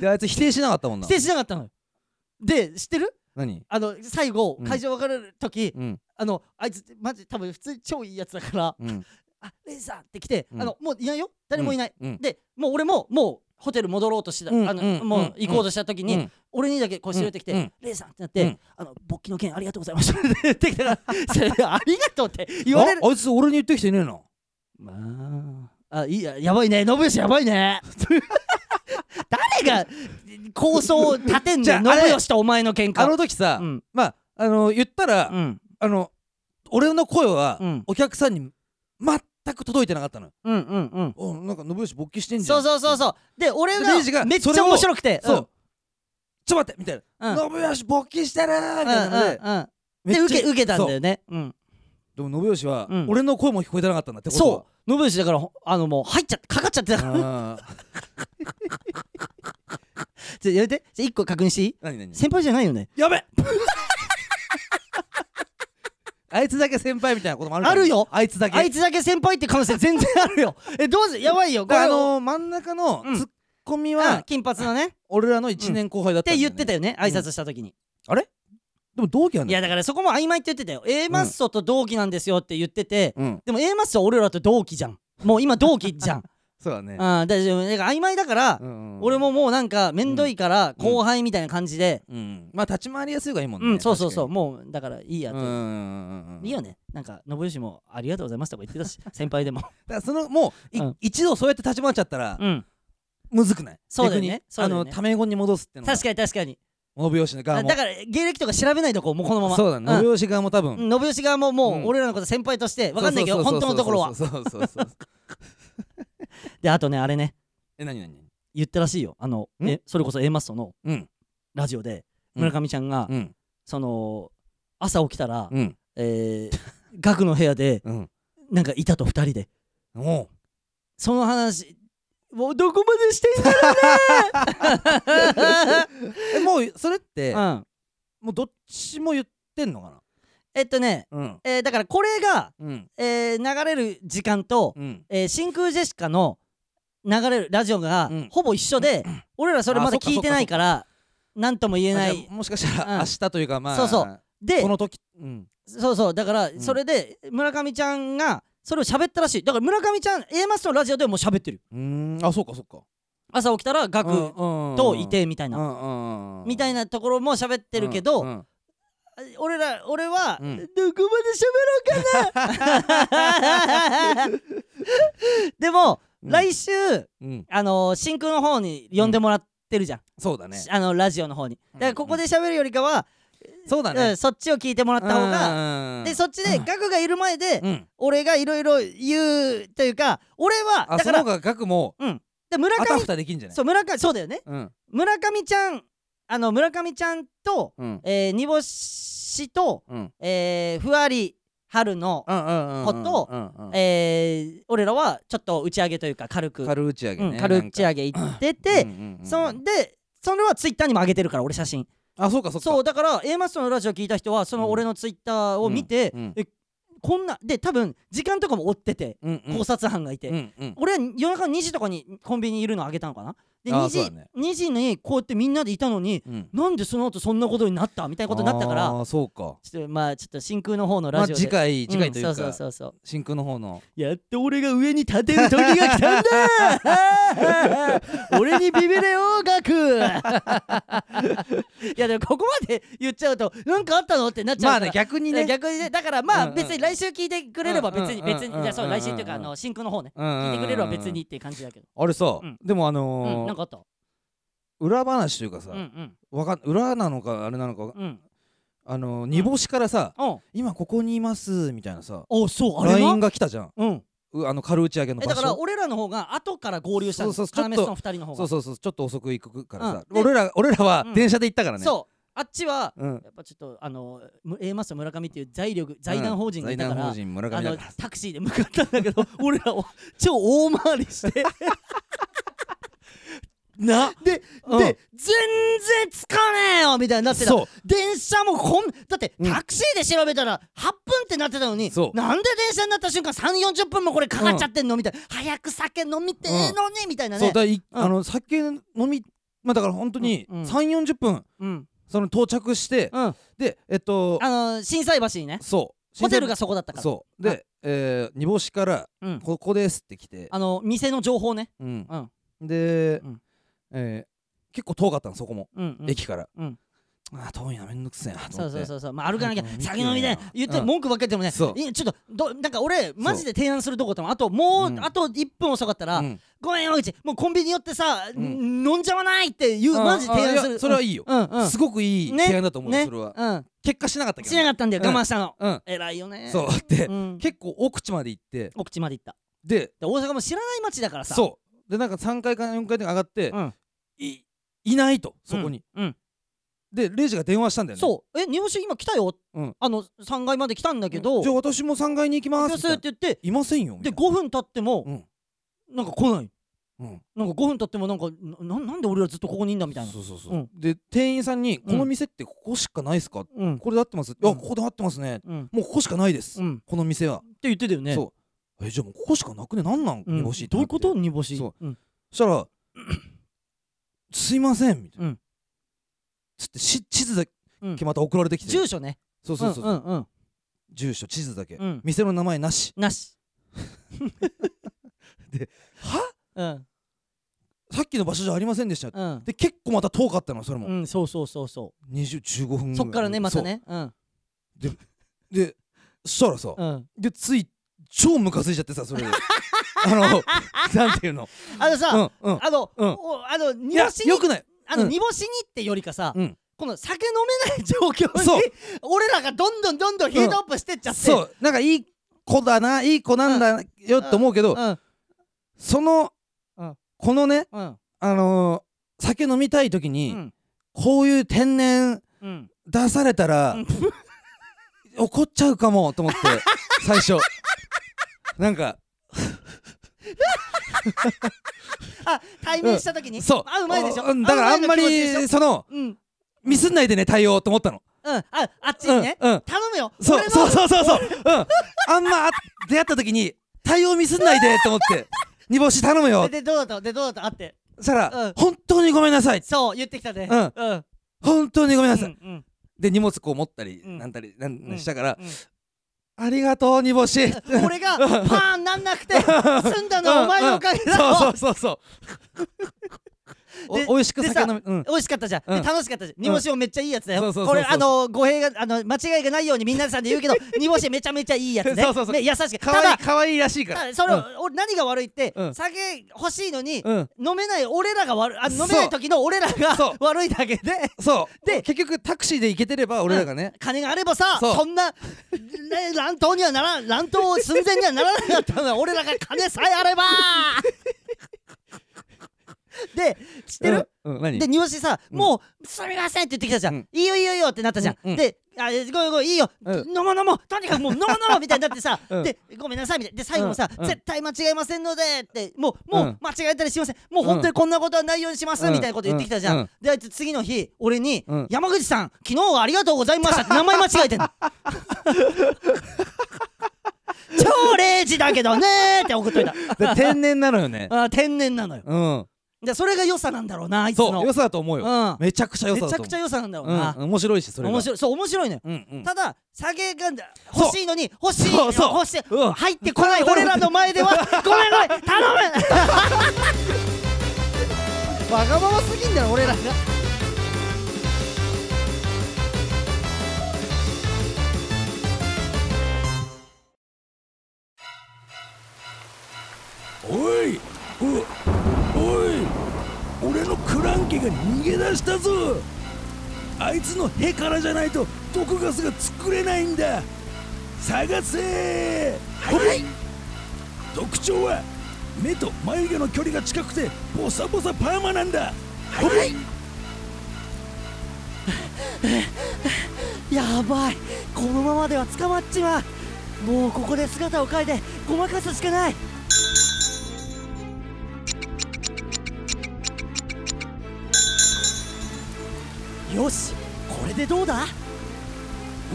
であいつ否定しなかったもんな
否定しなかったのよで知ってる
何
あの最後
うん
会場別れる時、
うん
あのあいつマジ多分普通に超いいやつだから
うん
「あレイさん」って来て、
うん
あのもういないよ誰もいない、
うん
でもう俺ももうホテル戻ろうとしてた、
うん
あの
うん
もう行こうとした時に、
うん
俺にだけこう知れてきて、
うん
レイさんってなって、
うん
あの勃起の件ありがとうございましたって言ってきたから それでありがとうって言われる
ああいつ俺に言ってきてねえな
まああいいややばいね信義やばいね 誰が構想を立てん
じ
ね
ゃ
ん
ああれ
信義とお前の喧嘩
あの時さ
うん
まああの言った
う
ら
ん
あの俺の声は
うん
お客さんに全く届いてなかったの
うんうんうん
おなんか信義勃起してんじ
そう
ゃん
そうそうそうで俺
レイジ
が
が
めっち
それ
ゃ
を
面白くて
そう、ちょっと待ってみたい
うんうん
な、信義勃起してるーみ
うん
たいなので、
うんうん
め
で
っちゃ
受け受けたんだよねうん
そうでも信義は、
うん
俺の声も聞こえてなかったんだってことは
そう信義だ からほあのもう入っちゃってかかっちゃってたから
あ ー
ちょやめてじゃあ一個確認していい
何何
先輩じゃないよね
やべあいつだけ先輩みたいなこともある
あるよ
あいつだけ
あいつだけ先輩って可能性全然あるよ えどうせやばいよこ
だ
れ
からあのー真ん中の
うん
ツッコミ
あ
は
金髪のねっ
俺らの1年後輩だっ
て
たんだ
言
よ
っ
ね
てたよね挨拶した時に、
でも同期なん
い
だ
や
よ
だからそこも曖昧って言ってたよ A マッソと同期なんですよって言ってて、
うん
でも A マッソは俺らと同期じゃんもう今同期 じゃん、
そうだね
あーだからだから曖昧だから、
うんうん
俺ももうなんか面倒いから
うん
後輩みたいな感じで
うんまあ立ち回りやすい方がいいもん
う
ね
ん、そうそうそう
確
もうだからいいや
か
と、
にうんうんうんうん
いいよねなんか信吉もありがとうございますとか言ってたし先輩でも
だからそのもうい
うん
一度 そうやって立ち回っちゃったら
うん
むずくない
そうだよね
逆に
そうだよ
あ
ね
のタメ語に戻すってのが
確かに確かに
信吉の側
あ
も
だから芸歴とか調べないとこうもうこのまま
そうだね
ん
信吉側も多分
うん信吉側もも
う
うん俺らのこと先輩として分かんないけど
そう
本当
そう
のと
そう
ころは
そうそうそうそう
であとねあれね
え何何
言ったらしいよあの
ん
えそれこそ A マッソの
うん
ラジオで
うん
村上ちゃんが
うん
その朝起きたら
うん
えー ガクの部屋で
うん
なんかいたと二人で
おう
その話もうどこまでしてんだろ
えもうそれって
うね、うん、
もうどっちも言ってんのか
えっとね、
なうん
えーだからこれが、
うん
えー流れる時間と、
うん
えー真空ジェシカの流れるラジオが
うん
ほぼ一緒で、俺らそれまだ
あそっか
聞いてないから何とも言えな
あじ
い
ゃあもしかした
うん
ら明日というかまあ
そうそで
この時うん
そうそうだから
ん
それで村上ちゃんがそれを喋ったらしいだから村上ちゃん A マスのラジオでもう喋ってる
うーんあそうかそうか
朝起きたらガクと
と
いてみたいな
な
みたい
っ
なところも喋ってるけど、俺ら俺は、
うん
どこまで喋ろう かなでも、
うん
来週あのー真空の方に呼んでもらってるじゃん、
そうだね
あのラジオの方にだからここで喋るよりかは、
そうだ
う
ね
んそっちを聞いてもらった方が、
が
でそっちで
うん
ガクがいる前で、
うん
俺がいろいろ言うというか俺は
あ
だ
そ
か
の方
ら
が額も
で村
あたふ
上
たできんじゃない
そう村上そうだよね
うん
村上ちゃんあの村上ちゃんと、
うん
えー、煮干しと、
うん
えー、ふわりはるの、
うんうんうんうん
こと
うんうん
えー俺らはちょっと打ち上げというか軽く
軽打ち上げ
うん
ね
軽打ち上げ行ってて、そ
の
のでそれはツイッターにも上げてるから俺写真
あそうかそうか
そうだから A マストのラジオ聞いた人はその俺のツイッターを見て、
うんうん
えこんなで多分時間とかも追ってて
うんうん
考察班がいて、
うんうん
俺は夜中の2時とかにコンビニにいるのあげたのかなで
あー
2, 時
そうだね
2時にこうやってみんなでいたのに
うん
なんでその後そんなことになったみたいなことになったから
あーそうか
ちょっとまあちょっと真空の方の
ま
ラ
あ
ジオで、
次回次回とい
ん
う
そうそう
か
そうそう
真空の方の
やっと俺が上に立てる時が来たん だ俺にビビれよガク いやでもここまで言っちゃうとなんかあったのってなっち
ま
ゃ
あ
うか
ね
ら、
逆にね
逆にねだからま
う
あ
んうん
別に来週聞いてくれれば別に
うんうんうん
別に
うん
じゃあそう
うん
来週っていうかあの真空の方ね聞
聞
いてくれれば別にっていう感じだけど
あれさ
うん
でもあ
うん
の
なん
ー
かあった
裏話というかさ
うんうん
わかん裏なのかあれなのか
うん
あのー煮干しからさ
うん
今ここにいますみたいなさ
おそうあれ
LINE
が
が来たじゃん
うん
うあの軽打ち上げの
え
場
だから
所
俺らの方が後から合流したの
そうそう
要
そう
メ
ち
ス
ょっと
の二人の方
そう
が
そうそうちょっと遅く行くからさ
うんで
俺ら俺らは
うん
電車で行ったからね
そうあっちは
うん
やっぱちょっとあのむ A マスター村上っていう財力財団法人がいたか
財団
ら、
法人村
あ
上
の
だから
タクシーで向かったんだけど 俺らを超大回りして
な
で、
うん
で全然つかねえよみたいになってた
そう
電車もこんだって
うん
タクシーで調べたら8分ってなってたのに、
そう
なんで電車になった瞬間3 4 0分もこれかかっちゃってんのみたいな早く酒飲みてえのに、みたいな
そ
ね
うだからい
うん
あの酒飲みまあだから本当に
うんうん
3 4 0分
うん
その到着して
うん
でえっと
あの震災橋にね
そう
ホテルがそこだったから
そう
あ
でえー煮干しから
うん
「ここです」って来て
あの店の情報ね
うん
うん
で
うん
えー結構遠かったのそこも
うんうん
駅から
うん
あー遠いなめんどくせえなと
そ
思
う
って
そうそうそう、まあ、歩かなきゃ
うん見てよ
酒飲みで言って
うん
文句ばっかり言っても
そ
ね
う
いやちょっとどなんか俺マジで提案するとこともあともう、
うん
あと1分遅かったら、
うん
ごめん山口もうコンビニ寄ってさ、
うん
飲んじゃわないっていう、マジで提案す
いや
る
それは
うん
いいよ
うんうん
すごくいい
ね
提案だと思うよ
ね
それは
うん
結果しなかったけど
しなかったんだよ
うん
我慢したの、
うん
偉いよね
そうで
うん、
結構奥地まで行って
お口まで行った
で
で大阪も知らない町だからさ
そうでなんか3階から4階で上がって
うん、
いいないとそこに
うんうん
でレイジが電話したんだよね
そうえ日本酒今来たよ、
うん
あの3階まで来たんだけど
じゃあ私も3階に行
「
きま
行きますす」って言って
いませんよみた
で
いな
5分経っても、
うん
なんか来ない
うん、
なんか5分経ってもなんかななんで俺らずっとここにいんだみたいな
そうそうそう、
うん
で店員さんに「
うん
この店ってここしかないですか
うん
これで合ってます?」
うん
あここで合ってますね
うん」
もうここしかないです、
うん
この店は、
って言ってたよね
そうえじゃあもうここしかなくねなんなん
ん
煮干しって
どう
な
いう
って
こと煮干し
そ
うん
そし たら「すいません」みたいな、
うん
つってし地図だ
うん
けまた送られてきて、
住所ね
そうそうそう、
んうんうん
住所地図だけ、
うん
店の名前なし
なし
は
うん
さっきの場所じゃありませんでした、
うん
で結構また遠かったのそれも、
うんそうそうそうそ
2015分ぐら
う
い
そっからねまたねうん
そうでそしたらさ、
うん
でつい超ムカついちゃってさそれ であのなんていうの
あのさ
うんうん
あの
うん
おあの
い
煮
や
干しに
よくない
あの
うん
煮干しにってよりかさ
うん
この酒飲めない状況
そう
に俺らがどんどんどんどんヒートアップしてっちゃって
そうなんかいい子だないい子なんだよって思うけど、
うん
その、
うん
このね
うん
あのー酒飲みたい時
う
に、
ん
こういう天然
うん
出されたら、
うん
怒っちゃうかもと思って最 初なんか
あ対面した時に
そう
あうまいでしょ
おうんだからあんま
うまいの気持ちで
り
しょ
その
うん
ミスんないでね対応と思ったの
うんああっちにね
うんうん
頼むよ
そ
俺
う
の
そうそうそうそううんあんまあ出会った時に対応ミスんないでと思 って煮干し頼むよ
ででどうだったでどうだったあって
そした
うん
ら本当にごめんなさい
そう言ってきたね
うん
うんうん
本当にごめんな
う
さい
ん
で荷物こう持ったり
うん
なんたりなん
うん
したから
うん
ありがとう煮干し
俺がパーンなんなくて済んだのはお前のおかげだ
うんうんそう
ろ
そうそうそう
で
お美味しく
で
酒飲みうん
美味しかったじゃん、
うん
で楽しかったじゃん煮干しもめっちゃいいやつだよ、
そうそうそうそう
これあの語弊があの間違いがないようにみんなさんで言うけ ど煮干しめちゃめちゃいいやつね
そうそうそう
ね優しく
か
た
わいい
だ
かわいいらしいか
た
ら
だそれを、俺何が悪いって、
うん
酒欲しいのに、
うんうん
飲めない俺らが悪いあ
そう
飲めない時の俺らが
そう
悪いだけで
そう
で
結局タクシーで行けてれば俺らがね
金があればさ
そう
そんな、ね、乱闘にはなら乱闘寸前にはならなかったのは俺らが金さえあ ればで知ってる、
うんうん何
で、煮干しさ、
うん
もう、すみませんって言ってきたじゃん。
うん
いいよいいよいいよってなったじゃん。
うんうん
で、あ、えごめんごめん、いいよ、
うん
飲もう飲もう、とにかくもう飲もう飲もうみたいになってさ、
うん
で、ごめんなさいみたいな。で、最後もさ、
うんうん
絶対間違えませんのでって、もう、も
う
うん間違えたりしません。もう本当にこんなことはないようにします、
うん
みたいなこと言ってきたじゃん。
うんうん
で、あいつ次の日、俺に、
うん
山口さん、昨日はありがとうございましたって名前間違え てんの。超0時だけどねーって送っとい た。
で天然なのよね
あ天然なのよ。
うん
で、それが良さなんだろうな、あいつの。
そう良さだと思うよ
うん。
めちゃくちゃ良
め
さだ
ち
と
ゃ
思
く
う
ちゃ良さなんだろう
うん
な、
面白いしそれが
面白いそう面白いのよ、
うんうん
ただ酒が
そう
欲しいのに欲しい
そうそう
欲しい、
うん
入ってこない俺らの前 ではごめんごめん頼むわがまますぎんだろ俺らが
おいおおい俺のクランケが逃げ出したぞあいつのへからじゃないと毒ガスが作れないんだ探せはい、特徴は目と眉毛の距離が近くてボサボサパーマなんだはい
やばいこのままでは捕まっちまうもうここで姿を変えてごまかすしかないよしこれでどうだ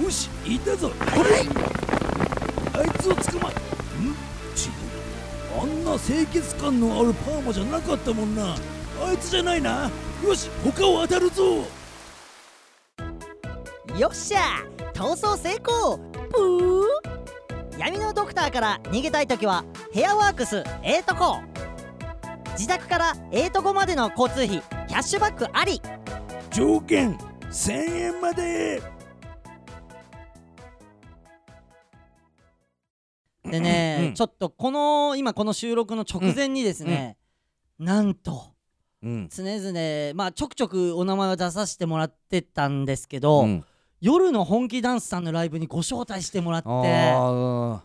よしいたぞはいあいつを捕まえん違うあんな清潔感のあるパーマじゃなかったもんなあいつじゃないなよし他を当たるぞ
よっしゃ逃走成功プー闇のドクターから逃げたい時はヘアワークスええとこ自宅からええとこまでの交通費キャッシュバックあり
条件1000円まで
でね、
うん
ちょっとこの今この収録の直前にですね、なんと
うん
常々まあちょくちょくお名前は出させてもらってたんですけど、夜の本気ダンスさんのライブにご招待してもらって
あ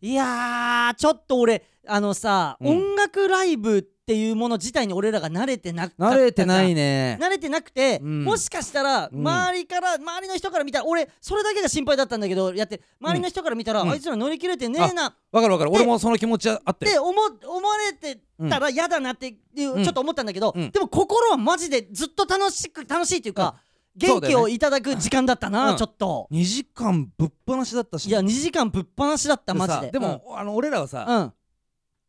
いやーちょっと俺あのさ、
うん
音楽ライブっていうもの自体に俺らが慣れてなかった
慣れてない
ね
ね
慣れてなくて、
うん
もしかしたら
うん
周りから、周りの人から見たら俺それだけが心配だったんだけどやって周りの人から見たら、
うん
あいつら乗り切れてねえなっ
わかるわかる
で
俺もその気持ちはあって
て思思われてたら嫌だなっていう、
うん
ちょっと思ったんだけど、
うん
でも心はマジでずっと楽しく楽しいっていうか、
うんそ
元
うだよ
気
ね
をいただく時間だったな、
うん
ちょっと、
2時間ぶっ放しだったし
いや2時間ぶっ放しだった
で
マジ
さ
で
でも、あの俺らは
うん
さ、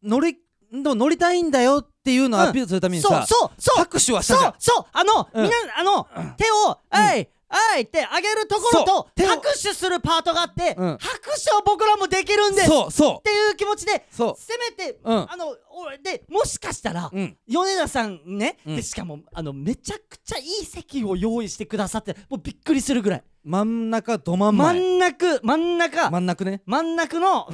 乗りでも乗りたいんだよっていうのをアピールするた
う
め
ん
に
そう
さ
そうそう
拍手はした
そ
じゃん
うそうあの、
うん
みんなあの、手を「あいあい」って上げるところと
そう手を
拍手するパートがあって、
うん
拍手を僕らもできるんですっ
そうそ
ていう気持ちで
うそ
せめて、
うん
あのおでもしかしたら、
ううん
米田さんね、
うん
でしかもあのめちゃくちゃいい席を用意してくださってもうびっくりするぐらい
真ん中ど真ん
真
前
ん中真ん中
真ん中ね
真ん中の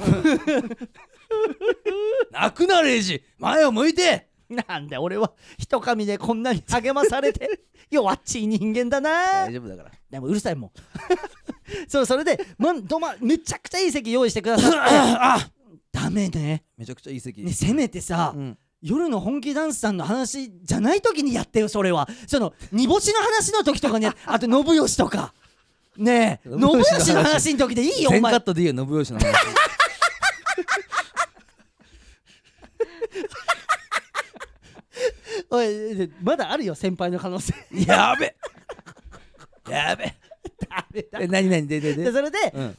泣くなレイジ前を向いて
なんで俺は一髪でこんなに励まされ て弱っちい人間だな
丈夫だから
でもうるさいもん そうそれで、まんどま、めちゃくちゃいい席用意してくだ さって
あ
ダメね
めちゃくちゃいい席
ねせめてさ、
うん
夜の本気ダンスさんの話じゃない時にやってよそれはその煮干しの話の時と かにあと信義とかねえ信
信義の話
義の話の時でいいよお
全カ
前
ットでいいよ信義の話
おいでまだあるよ先輩の可能性
やべやべ
ダメだ
え何何でで
で
で
それで、
うん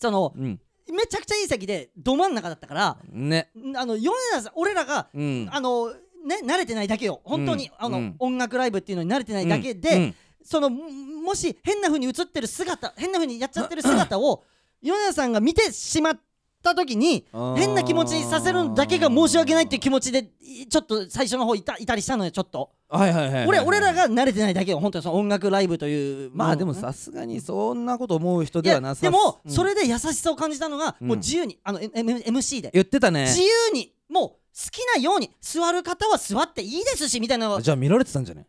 その
うん
めちゃくちゃいい席でど真ん中だったから
ね
んあの米田さん俺らが
うん
あのね慣れてないだけよ本当に、
うん
あの、
うん
音楽ライブっていうのに慣れてないだけで、
うん
そのももし変な風に映ってる姿変な風にやっちゃってる姿を米田さんが見てしまった時に
あー
変な気持ちさせるのだけが申し訳ないっていう気持ちでいちょっと最初の方いたいたりしたのよちょっと
はいはいはいはい
俺俺らが慣れてないだけよ本当にその音楽ライブという
まあでも
さ
さすがにそんなこと思う人
い
で
や
はなさ
でも、
うん
それで優しさを感じたのが、
うん
もう自由にあの、M M、MC で
言ってたね
自由にもう好きなように座る方は座っていいですしみたいなのは
じゃあ見られてたんじゃね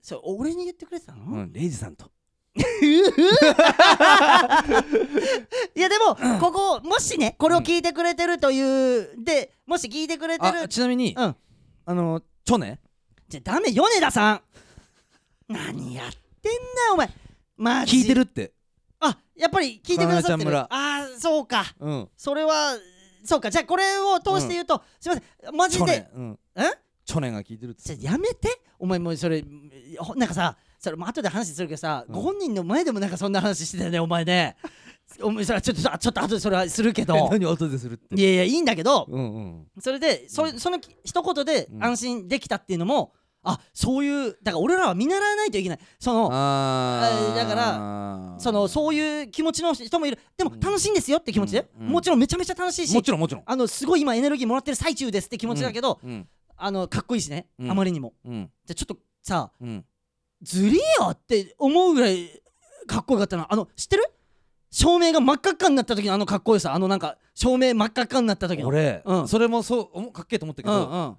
そう俺に言ってくれてたの、
うんレイジさんと
いやでも、ここもしねこれを聞いてくれてるという、でもし聞いてくれてる
あちなみに
うん
あのチョネ
じゃダメ米田さん何やってんだよお前マジ
聞いてるって
あやっぱり聞いてくださって
かなでちゃん
る
村
ああーそうか
うん
それはそうかじゃあこれを通して言うと、すいませんマ
チ
ジ
ョ
で
ネうん
え
チョネが聞いてるって
ちょやめてお前もうそれほなんかさそれも後で話するけどさ、
うん
ご本人の前でもなんかそんな話してたよねお前ねお前それはちょっとあちょっと後でそれはするけど
何音でするって
いやいやいいんだけど
うんうん
それでそ,、その一言で
うん
安心できたっていうのも、あそういうだから俺らは見習わないといけないその
あ
あ
ー
だからそのそういう気持ちの人もいるでも
うん
楽しいんですよって気持ちで、
うんうん
もちろんめちゃめちゃ楽しいし
もちろんもちろん
あのすごい今エネルギーもらってる最中ですって気持ちだけど、
うん
あのかっこいいしね、
うん
あまりにも
うん
じゃあちょっとさ
うん
ずりーよって思うぐらいかっこよかったなあの知ってる照明が真っ赤っかになった時のあのかっこよさあのなんか照明真っ赤っかになった時の
俺
うん
それもそうおもかっけえと思ったけ
うんう
ど
ん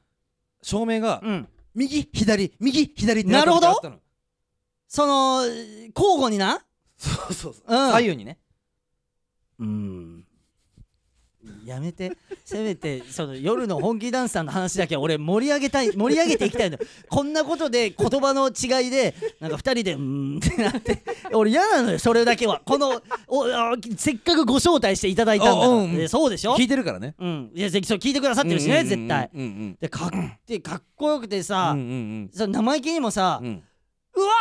照明が
うん
右左右左って
なるほど
やつがあったの
その交互にな
そうそうそう
うん
左右にね
うんやめてせめてその夜の本気ダンスさんの話だけは俺盛り上げたい盛り上げていきたいのこんなことで言葉の違いでなんか2人で「うーん」ってなって俺嫌なのよそれだけはこのおあせっかくご招待していただいたんだから、
おうん
でそうでしょ
聞いてるからね
うん、いやぜひそう聞いてくださってるしね、絶対
うんうん
でかっでかっこよくて
うん
さ、
うんうん
その生意気にもさ、
う
うん
うん
わ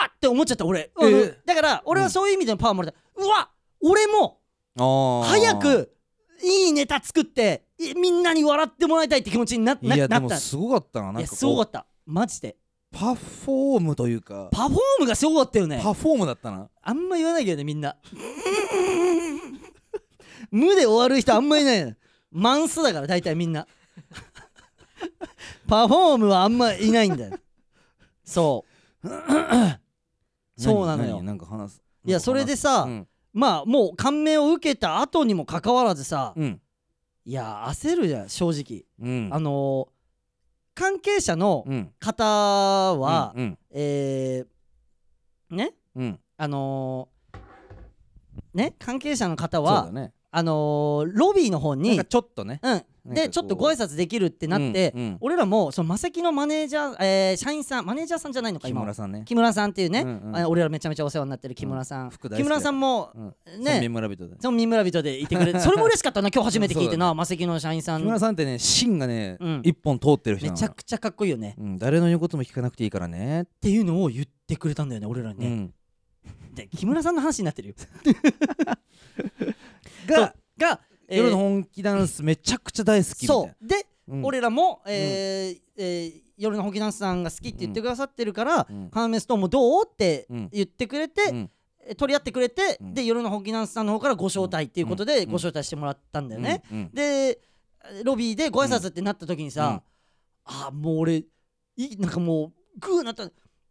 っって思っちゃった俺、
ええ
あのだから俺はそういう意味でのパワーもらった、うわ俺も
あー
早くいいネタ作っていみんなに笑ってもらいたいって気持ちになない
や
な
で
っ
も
た
すごかったななん
い
か
や
こう
すごかったマジで
パフォームというか
パフォームがすごかったよね
パフォームだったな
あんま言わないけどねみんな無で終わる人あんまいないのマンスだから大体みんなパフォームはあんまいないんだよそうそうなの
何
よ
何なんか話す
いやそれで
う
さ、
ん
まあもう感銘を受けた後にもかかわらずさ、
うん
いや焦るじゃん正直、
うん
あのー関係者の
うん
方は、
うん
えーね
うん
あのーね関係者の方
そう
は
だね
あのーロビーの方
なん
に
かちょっとね
うん、
なんかこ
で
う
ちょっとご挨拶できるってなって、
うんうん
俺らもそのマセキのマネージャー、えー社員さんマネージャーさんじゃないのか
木
今は
村さんね
木村さんっていうね、
うんうん
あ俺らめちゃめちゃお世話になってる木村さん、
うん福大好き
木
だよ
村さんも
うん村
ね
民村人で
その村人でいてく れてそれも嬉しかったな今日初めて聞いて
そうだ
なマセキの社員さ
木
ん
村
め
さんってね芯がね
うん
一本通ってる人なの
ちゃくちゃかっこいいよねっ
うん誰の言うことも聞かなくていいからね
ていうのを言ってくれたんだよね俺らに
う
ね、
ん
で木村さんの話になってるよ
が
が、えー
夜の本気ダンスめちゃくちゃ大好きみたい
そうで、
な
俺らも、えーえー夜のホキダンスさんが好きって言ってくださってるから、
うん
カーメストーンもどうって
うん
言ってくれて、
うん
え取り合ってくれて、
うん
で夜のホキダンスさんの方からご招待っていうこと
う
で
ん
ご招待してもらったんだよね、
うんうん
でロビーでご挨拶ってなった時にさ、あーもう俺いなんかもうグーなった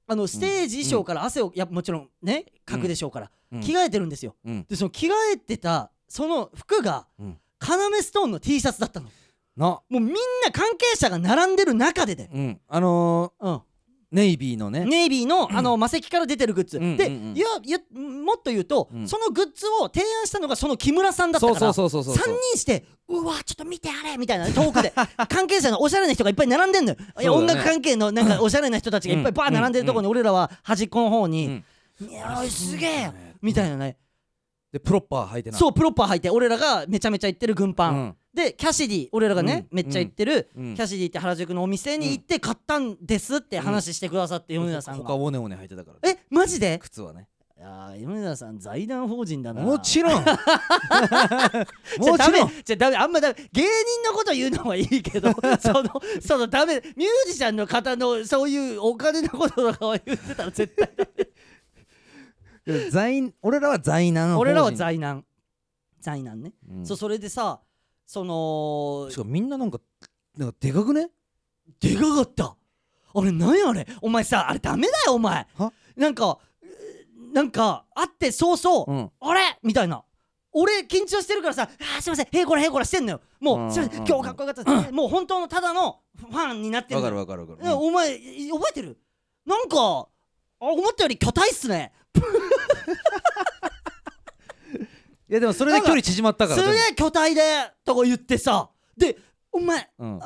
あのステージ衣装から汗をいやもちろんねかくでしょうから、
うん
着替えてるんですよ
うん
でその着替えてたその服が、
うん
カナメストーンの T シャツだったの
な
もうみんな関係者が並んでる中でで、
うんあの
うん、
ーネイビーのね
ネイビーのあの魔石から出てるグッズ、
うん
で、
うんうん
いやいやもっと言うと、
うん
そのグッズを提案したのがその木村さんだった
そ
か
う
ら
そうそうそうそう
3人してうわちょっと見てあれみたいな遠くで 関係者のおしゃれな人がいっぱい並んでんのよ、いや
そうだね
音楽関係のなんかおしゃれな人たちがいっぱいバー並んでるとこに俺らは端っこの方に「いやおいすげえよ」みたいなね
でプロッパー履いてな
そうプロッパー履いて俺らがめちゃめちゃ行ってる軍パン、
うん
でキャシディ俺らがね、
うん
めっちゃ行ってる、
うん
キャシディって原宿のお店に行って買ったんですって話してくださって米田さん
他
が、
オネオネ履いてたから
えマジで
靴はね
いやー米田さん財団法人だな
も ちろん
じゃ
も
ダ
ち
メ
ろん
じゃダメあんまダメ芸人のこと言うのはいい けどそのそのダメミュージシャンの方のそういうお金のこととかを言ってたら絶対
在俺らは在難
俺らは財難財難ね、
難
そうそれでさその
しかもみんななんかなんかでかくね
でかかったあれ何やあれお前さあれダメだよお前
は
なんかえーなんか会ってそうそう、
うん
あれみたいな俺緊張してるからさ「あーすいませんへいこらへいこら」してんのよもう、
うん
すいません
うん
今日かっこよかったです、もう本当のただのファンになって
わ
るの
か
よ
るわかるわか
え
るうん
お前い覚えてるなんかあ思ったより巨体っすね
いやでもそれで距離縮まったか
す
ら
げ
でも
え巨体でとか言ってさでお前
うん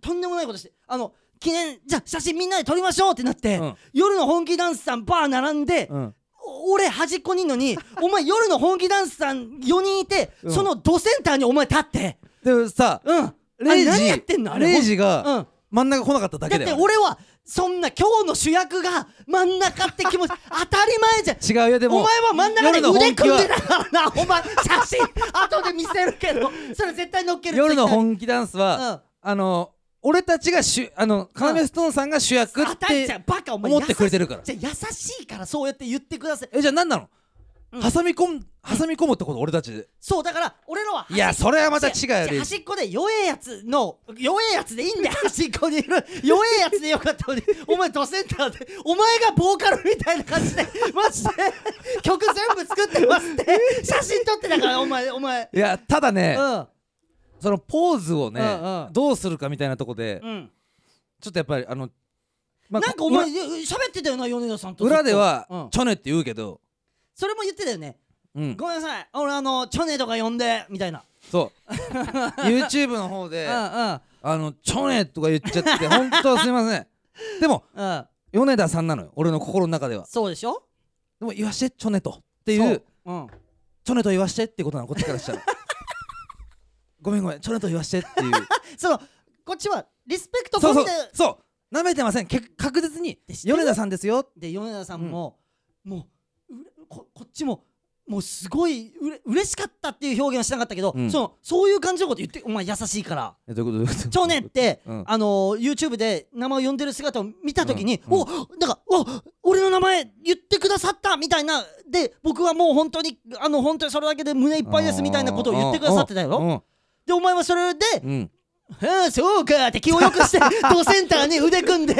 とんでもないことしてあの記念じゃあ写真みんなで撮りましょうってなって、
うん
夜の本気ダンスさんバー並んで、
うん
お俺端っこにいんのにお前夜の本気ダンスさん4人いて、
うん
そのドセンターにお前立って
でもさ
うん
レイジ
あれ何やってんのあれ
レイジ
ほんう
が
ん
真ん中来なかっただ
だ
け
っ
だ
て
よ
俺はそんな今日の主役が真ん中って気持ち 当たり前じゃん
違うよでも
お前は真ん中で腕組んで
夜の本気は
たからな お前写真後で見せるけどそれ絶対載っける
夜の
Twitter に
本気ダンスはあの俺たちが主あのカメストーンさんが主役っ
当たっちゃ
て
うバカお前
思ってくれてるから
優しいじゃあ優しいからそうやって言ってください
えじゃあ何なの
うん
挟み込む挟み込むってこと俺たちで
そうだから俺らはい
やそれはまた違うよ
じゃあ
レイジ
端っこで弱えやつの弱えやつでいいん だよ端っこにいる弱えやつでよかったのにお前ドセンターでお前がボーカルみたいな感じでマジで曲全部作ってます って写真撮ってたからお前お前
いやただね
うん
そのポーズを
うん
ね
うん
どうするかみたいなとこで
うん
ちょっとやっぱりあのまあ
なんかお前喋ってたよな米田さんとずっと
裏では
うん
「チョネ」って言うけど
それも言ってたよね
うん
ごめんなさい俺あのチョネとか呼んでみたいな
そう YouTube の方 で「
う
あのチョネ」とか言っちゃって本当はすいませんでも
んうんうん
米田さんなのよ俺の心の中では
そうでしょ
でも言わしてチョネとって
そ
いう
うん
チョネと言わしてってことなのこっちからした らごめんごめんチョネと言わし てっていう
そのこっちはリスペクト
そう
込
そ
み
う
で
そうなめてませんけ確実に
でしてる
米田さんですよ
で米田さんも、もううれここっちももうすごいうれ嬉しかったっていう表現はしなかったけど、
うん
そのそういう感じのこと言ってお前優しいから。
えどういうことどういうこと
長年って、
うん
あのー YouTube で名前を呼んでる姿を見た時に、
うんうん
おなんかお俺の名前言ってくださったみたいなで僕はもう本当にあの本当にそれだけで胸いっぱいですみたいなことを言ってくださってたよ
よ
でお前はそれで
うんうん
ああそうかって気をよくしてドセンターに腕組ん で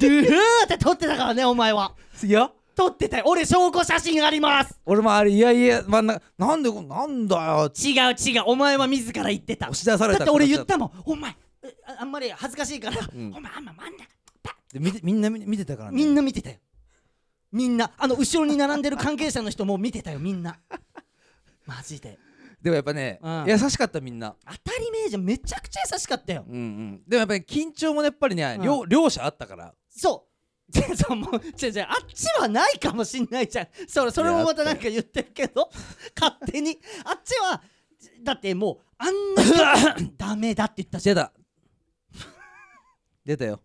ドゥーって撮ってたからねお前はい
や
撮ってたよ俺証拠写真あります
俺もあれいやいや真ん中なんでこなんだよって
違う違うお前は自ら言ってた
押し出された
だって俺言ったもんお前えああんまり恥ずかしいから、
うん
お前あんま真ん中パッ
でみみんな見見てたからね
みんな見てたよみんなあの後ろに並んでる関係者の人も見てたよみんなマジで
でもやっぱね、
うん
優しかったみんな
当たり前じゃんめちゃくちゃ優しかったよ
うんうんでもやっぱり緊張もねやっぱりね、
うん
両両者あったから
そう 違うそうもう違う違うあっちはないかもしんないじゃんそれそれもまたなんか言ってるけど勝手にあっちはだってもうあんな 人ダメだって言ったし
出た 出たよ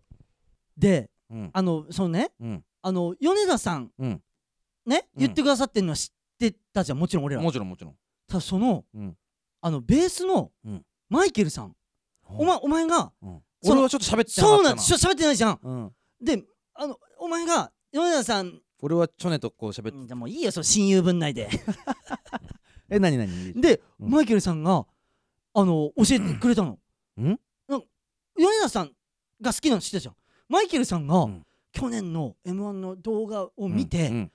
で
うん
あのそのね
うん
あの米田さん
うん
ね
うん
言ってくださってるのは知ってたじゃんもちろん俺ら
もちろんもちろん
ただその、
うん
あのベースの
うん
マイケルさん、お前お前が
うん
その
俺はちょっと喋ってなか
そう
った
な
なん
しょ喋ってないじゃん
うん
であのお前が米田さん
俺はチョネとこう喋って
うんでもういいよその親友分内で
え何何
で、
うん
マイケルさんがあの教えてくれたの
うん
なんか米田さんが好きなの知ってたじゃんマイケルさんが、
うん
去年の m 1の動画を見て、
うんうん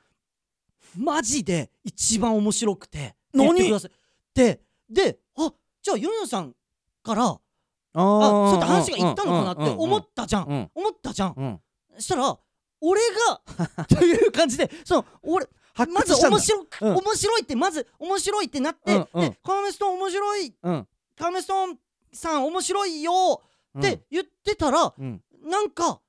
マジで一番面白くて言
何
ってくださいでであじゃあ米田さんから
あ
あそう
ー
いった話がいったのかなって思っ、たじゃん、
うんうん
思ったじゃん、
うんうんうんうん
そしたら俺 がという感じでその俺
発
まず
掘したんだ
面白く、
うん
面白いってまず面白いってなって、
うんうん
でカーメストーン面白い
うん
カーメストーンさん面白いよって言ってたら、
うんうん
なんか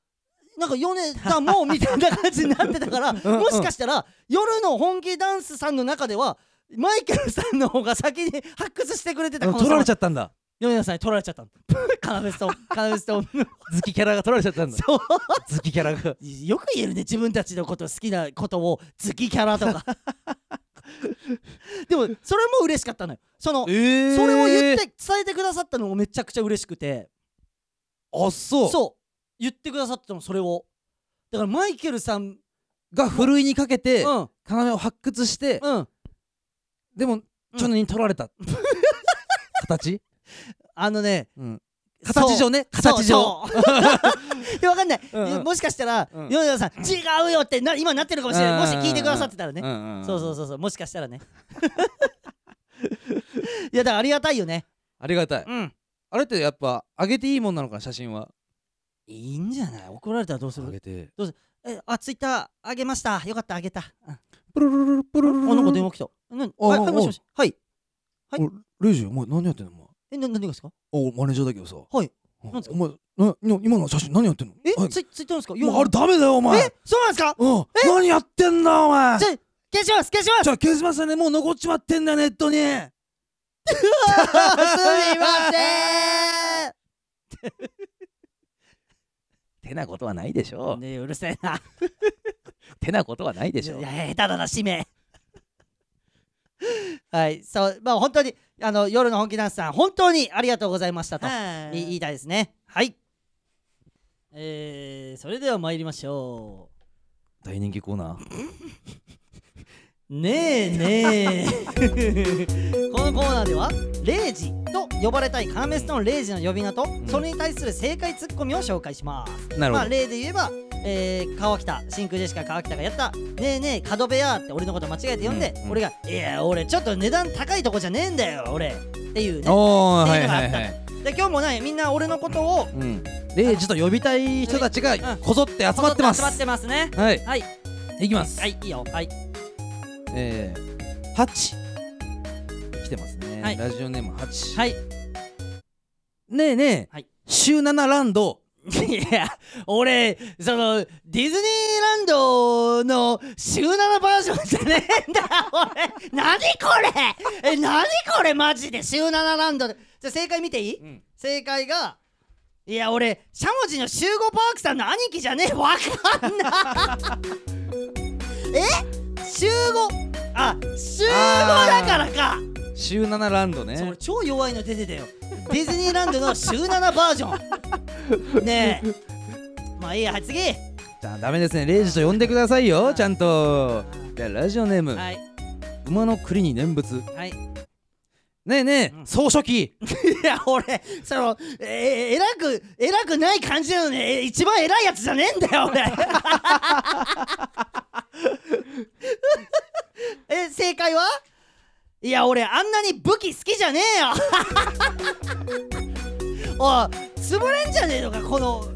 なんか米田もみたいな感じになってたから
んうん
もしかしたら夜の本気ダンスさんの中ではマイケルさんの方が先に発掘してくれてた
あの取られち
ゃ
ゃったん だ
米田さんに取られちゃったのカーメストーンカーメストーン
好きキャラが取られちゃったんだ
そう
好きキ ャラが
よく言えるね自分たちのこと好きなことを好きキャラと かでもそれも嬉しかったのよその、
えー
それを言って伝えてくださったのもめちゃくちゃ嬉しくて
あそう
そう言ってくださったのそれをだからマイケルさん
がふるいにかけて
うん
要を発掘して
うん
でもチョネに取られた形
あのね
うん形上ね形上
そうそう いやわかんない、
うんうん
いやもしかしたら、
うん
ヨネダさん違うよってな今なってるかもしれない、
うんうんうんうん
もし聞いてくださってたらね、そうそう
そう
そうそうもしかしたらね いやだからありがたいよね
ありがたい
うん
あれってやっぱ上げていいもんなのかな写真はい
いんじゃない怒られたらどうする
て
えあツイッターあげましたよかったあげた、うん、あ
プルルルルプルルルル
なんか電話来たな
あ
はいはい
あ
もしもしはい
レイジお前何やってんのお前
えな何がですか
おマネージャーだけどさ
はいなんです
お
か
前なな今の写真何やってんの
え、
はい
ツイツイッターなんですか
もうあれダメだよお前
えそうなんですか
うん何やってんだお前
じゃあ消します消します
じゃあケイスマスさんねもう残っちまってんだよネットに
あすみません
てなことはないでしょ
ねえうるせえな
てなことはないでしょ
いや下手だな使命はいそうまあ本当にあの夜の本気ダンスさん本当にありがとうございましたと
はい
言いたいですねはいえー、それでは参りましょ
大人気コーナー
うねえ ねえこのコーナーでは「レイジ」と呼ばれたいカーメストーンレイジの呼び名と、
ん
それに対する正解ツッコミを紹介します
なる
ま
ほど
あ例で言えば、えー、川北真空ジェシカ川北がやった「ねえねえ角部屋」って俺のこと間違えて呼んで、
うんうん
俺が「いや俺ちょっと値段高いとこじゃねえんだよ俺」っていうね
おー
っ
は
てい
いう
のがあ
は
っ
い
た
はい
で今日もねみんな俺のことを
うんレイジと呼びたい人たちがこぞって集まってます
集まってますね
はい
はい
いきます
はいいいよはい
えー八来てますね
はい
ラジオネーム八
はい
ねえね
はい
え週7ランド
いや俺そのディズニーランドの週7バージョンじゃねえんだ 俺何これえ何これマジで週7ランドでじゃあ正解見ていい、
うん
正解がいや俺しゃもじの集合パークさんの兄貴じゃねえわかんないえ集合あ集合だからか
週7ランド
そう俺
ね
超弱いの出てたよディズニーランドの週7バージョンねえまあいいやはい次
じゃあダメですねレイジと呼んでくださいよちゃんとじゃあラジオネーム
はい
馬の栗に念仏
はいい
ねえね
うん
え総書 記
や俺そのええ偉く偉くない感じなのにえ一番偉いやつじゃねえんだよ俺 え正解はいや俺あんなに武器好きじゃねえよ おい潰れんじゃねえのかこの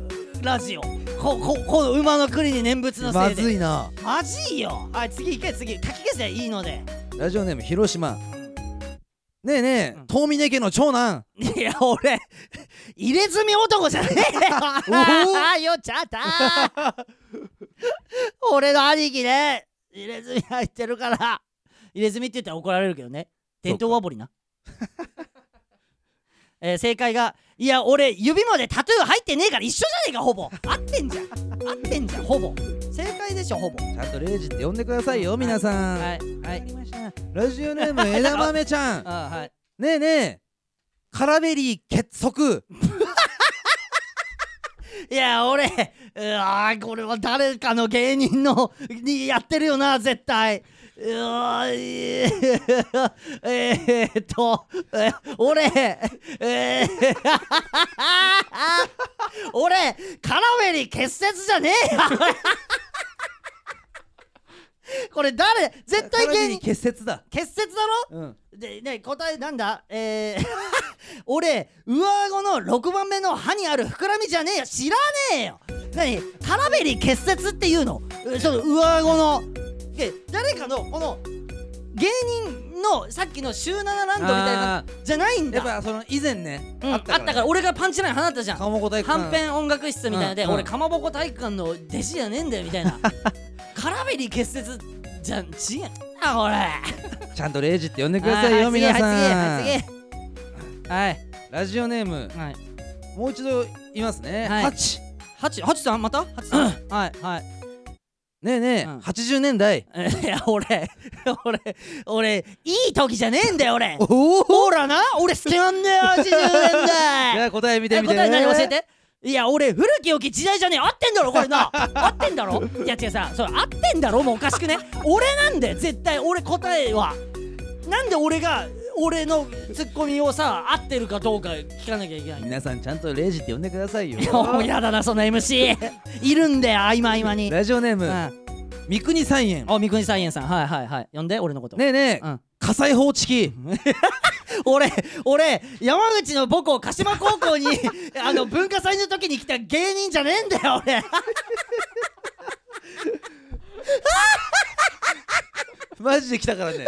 ラジオこここの馬の国に念仏の
ま
せいで
ずいな
マジいよはい次行け次書き消せいいので
ラジオネーム広島ねえねえ、
うん
遠峰家の長男
いや俺入れ墨男じゃねえよああよっちゃった俺の兄貴ね入れ墨入ってるから入れ墨って言ったら怒られるけどね伝統和彫り なえー正解がいや俺指までタトゥー入ってねえから一緒じゃねえかほぼ合ってんじゃん合ってんじゃんほぼ正解でしょほぼ
ちゃんとレイジって呼んでくださいよ皆さん、
はいはい
わかりましたラジオネーム枝豆ちゃん
あはい
ねえねえカラベリー結束
いや俺うわーこれは誰かの芸人のにやってるよな絶対うわーい ーえーっとえ俺えー 俺カラメリ結節じゃねえや これ誰絶対
カラベ
芸
リー
人
結節だ
結節だろ
うん
でね答えなんだえー、 俺上顎の6番目の歯にある膨らみじゃねえよ知らねえよ何カラベリ結節っていうのうちょっと上顎のえ誰かのこの芸人のさっきの週7ランドみたいな
あ
じゃないんだ
やっぱその以前ね、
うん、あったから俺がパンチライン放ったじゃん
顔も答え
はんぺん音楽室みたいなので、
うんうん
俺かまぼこ体育館の弟子じゃねえんだよみたい なカラベリ結節じゃん違うなこれ
ちゃんとレイジって呼んでくださいよ皆さん
はいはい
ラジオネーム
次はいはい
もう一度言いますね、
はい
ハチ
ハチハチさんまた ハチさんはいはい
ねえねえ、
うん
80年代
えいや俺俺俺いい時じゃねえんだよ俺
おお
ほらな俺好きなんだよ80年
じゃ
代
あ答え見てみて、
え答え何教えていや俺古き良き時代じゃねえ合ってんだろこれな合ってんだろいや違うさそれ合ってんだろもうおかしくね俺なんだよ絶対俺答えはなんで俺が俺のツッコミをさ合ってるかどうか聞かなきゃいけないんだよ
皆さんちゃんとレイジって呼んでくださいよ
いやもうやだなその MC いるんだよ合間合間に、
ラジオネー
うん、
ム
あ
三国三円
三國菜園さんはいはいはい呼んで俺のこと、
ねえねえ、
うん
火災報知器
俺俺山口の母校鹿島高校 にあの文化祭の時に来た芸人じゃねえんだよ俺
マジで来たからね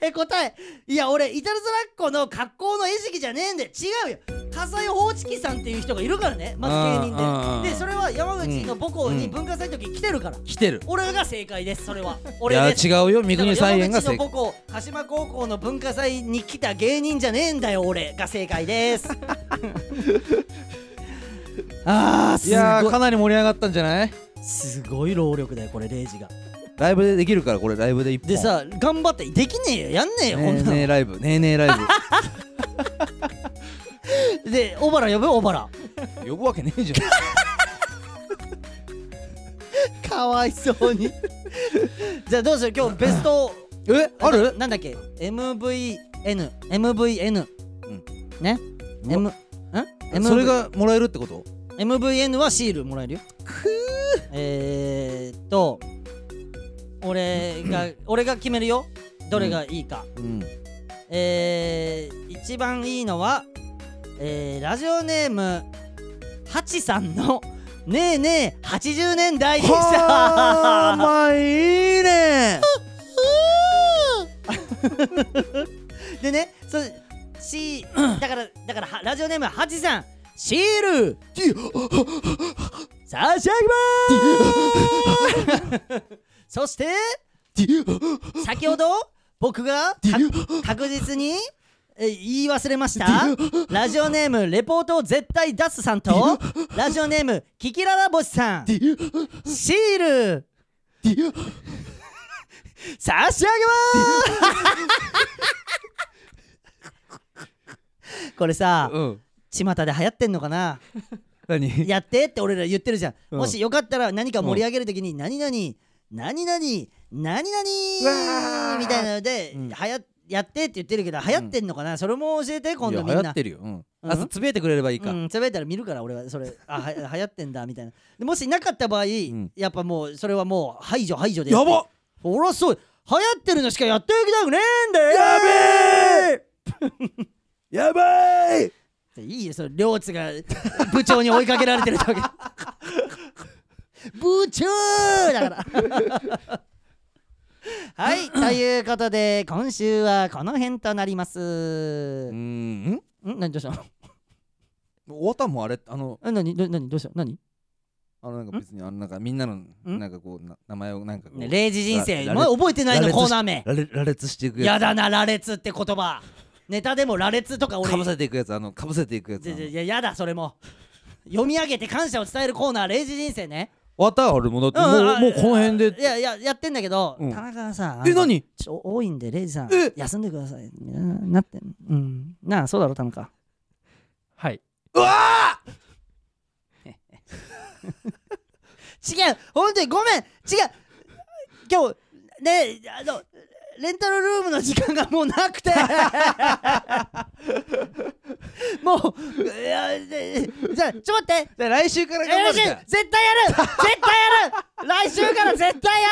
え答えいや俺イタルズラッコの格好の餌食じゃねえんだよ違うよ火災報知器さんっていう人がいるからねまず芸
うんうんう
人
ん
ででそれは山口の母校に文化祭の時に来てるから、
来てる
俺が正解ですそ れは
い
俺
や
です
違うよ三
だから
国三円が正
山口
解
の母校鹿島高校の文化祭に来た芸人じゃねえんだよ俺が正解です あー
い
す
やー
ご
かなり盛り上がったんじゃない
いすごい労力だよこれレイジが
ライブでできるからこれライブで一本
でさ頑張ってできねえよやんねえよ、
ねえ
こんな
ねえライブねえねえライ
ので小原呼ぶ小原
ブ呼ぶわけねえじゃん
かわいそうに じゃあどうする今日ベスト
えある
ななんだっけ MVNMVN、MVN
うん
ね
う
M ん
わ
MV
それがもらえるってこと
MVN はシールもらえるよえーっと俺が俺が決めるよどれがいいか、
うん
えー、一番いいのは、えー、ラジオネームハチさんの「ねえねえ80年代」でした
はーまあいい ね
でねそしだからだからはラジオネームハチさんシール差し上げまーすそして先ほど僕がた確実にえー言い忘れましたラジオネームレポートを絶対出すさんとラジオネームキキララボシさんシール差し上げまーすこれさ
うん
巷で流行ってんのかな
何
やってって俺ら言ってるじゃん、
うん
もしよかったら何か盛り上げるときに何々何々何
わ
々
ー
みたいなので、
うん
はややってって言ってるけど流行ってんのかな、それも教えて今度み
い
ん
や流行
な
ってるよ、うん
うん
あそうつぶやいてくれればいいか、
うん、つぶやいたら見るから俺はそれあは流行ってんだみたいなでもしなかった場合、
ん
やっぱもうそれはもう排除排除で
やばっ
俺はそう流行ってるのしかやっておきたくねえんだよ
やべ えやばい
いいよその両津が部長に追いかけられてる時部長だからはいということで今週はこの辺となります
うんん
何どうしたの
終わったもんあれあの
え何ど何どうした何
あのなんか別にあのなんかみんなの
ん
なんかこうな名前をなんかこう
ね0時人生
ら
お前覚えてないの
羅列し
コーナー名
羅列羅列していく
や
や
だな羅列って言葉ネタでも羅列とか
つ
俺
かぶせていくやつあのかぶせていくやつ
じゃ
あの
じゃじゃやだそれも読み上げて感謝を伝えるコーナー「0時人生ね」
終わったあれもうだってもう
あ
もうこの辺
い
で
やいややってんだけど、
うん
田中がさ
え何
ちょっと多いんで0時さん
え
休んでくださいななってんうんなあそうだろ田中
はい。
うわー
違う本当にごめん違う今日ねあのレンタルルームの時間がもうな くてもういやでじゃあちょっと待って
じゃあ来週から頑張
来
る
週
から
絶対やる絶対やる来週から絶対や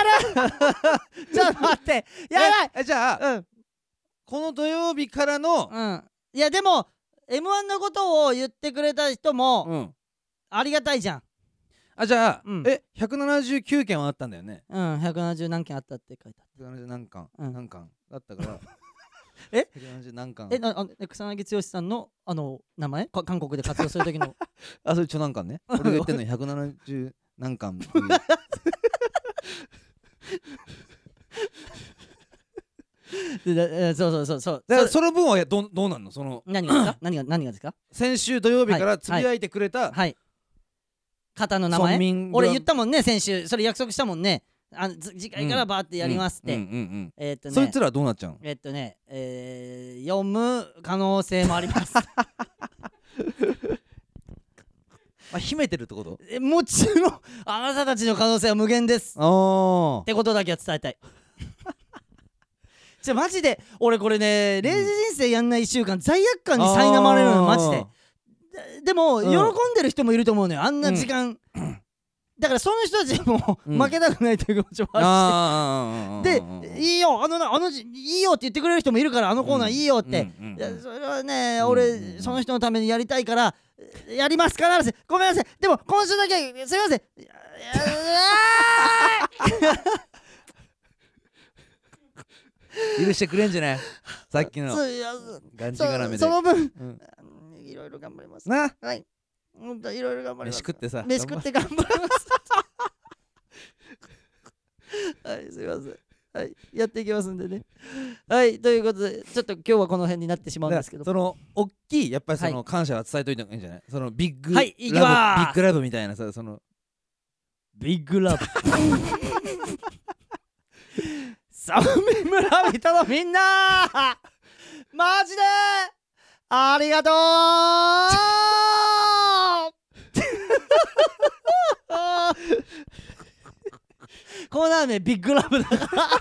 るちょっと待ってやばい
ええじゃあこの土曜日からの
うんいやでも m 1のことを言ってくれた人も
うん
ありがたいじゃん
あじゃあ
うん
え179件はあったんだよね
うん170何件あったって書いてあっ
170何巻
うん
何巻だったから
え
?170 何巻
たえなあえ草薙剛さんのあの名前か韓国で活用する 時の
あそれちょ何巻ね俺が言ってんのに170何巻っていう
ででえそうそうそうそう
だから
そ
その分はどうどうなんのその
何がです か何が何がですか
先週土曜日か
は
ら
い
つぶやいてくれた
はい方の名
村
前
民
俺言ったもんね先週それ約束したもんねあず次回からバーってやりますって、
うんうんうん
えーっと
うん
ね
そいつらはどうなっちゃうの
えっとね、えー、読む可能性もあり ます。
あ秘めてるってこと
えもちろん、あなたたちの可能性は無限です。っ
あ
てことだけは伝えたい。 じゃマジで、俺これね、0時人生やんない1週間、罪悪感に苛まれるのよ、マジで。でも、
うん
喜んでる人もいると思うのよ、あんな時間。だから、その人たちも、
うん
負けたくないという気持ちもあるし。
あ
で「
ー
いいよあのなあのじいいよ」って言ってくれる人もいるからあのコーナーいいよって、
うんうん
いや
うん
それはね、
うん
俺、
うん
その人のためにやりたいからやりますからごめんなさいでも今週だけすい ませんいや
許してくれんじゃないさっき
う
の
わーいや
がんじ
そ
がらめで
その分
うん
いろいろ頑張ります
な
はい本当いろいろ頑張ります
飯食ってさ
飯食って頑張ります。 はい、すいません。はい、やっていきますんでね。はい、ということで、ちょっと今日はこの辺になってしまうん
だ
です
か
け
ら
ど。
その大きいやっぱりそ
は
の感謝は伝えといた方がいいんじゃないそのビッグ
は
ラブ
い
ビ
行きます
ッグラブみたいなさその
ビッグラブ。サム村人のみんなマジでありが とうコーナー名ビッグラブだか
だか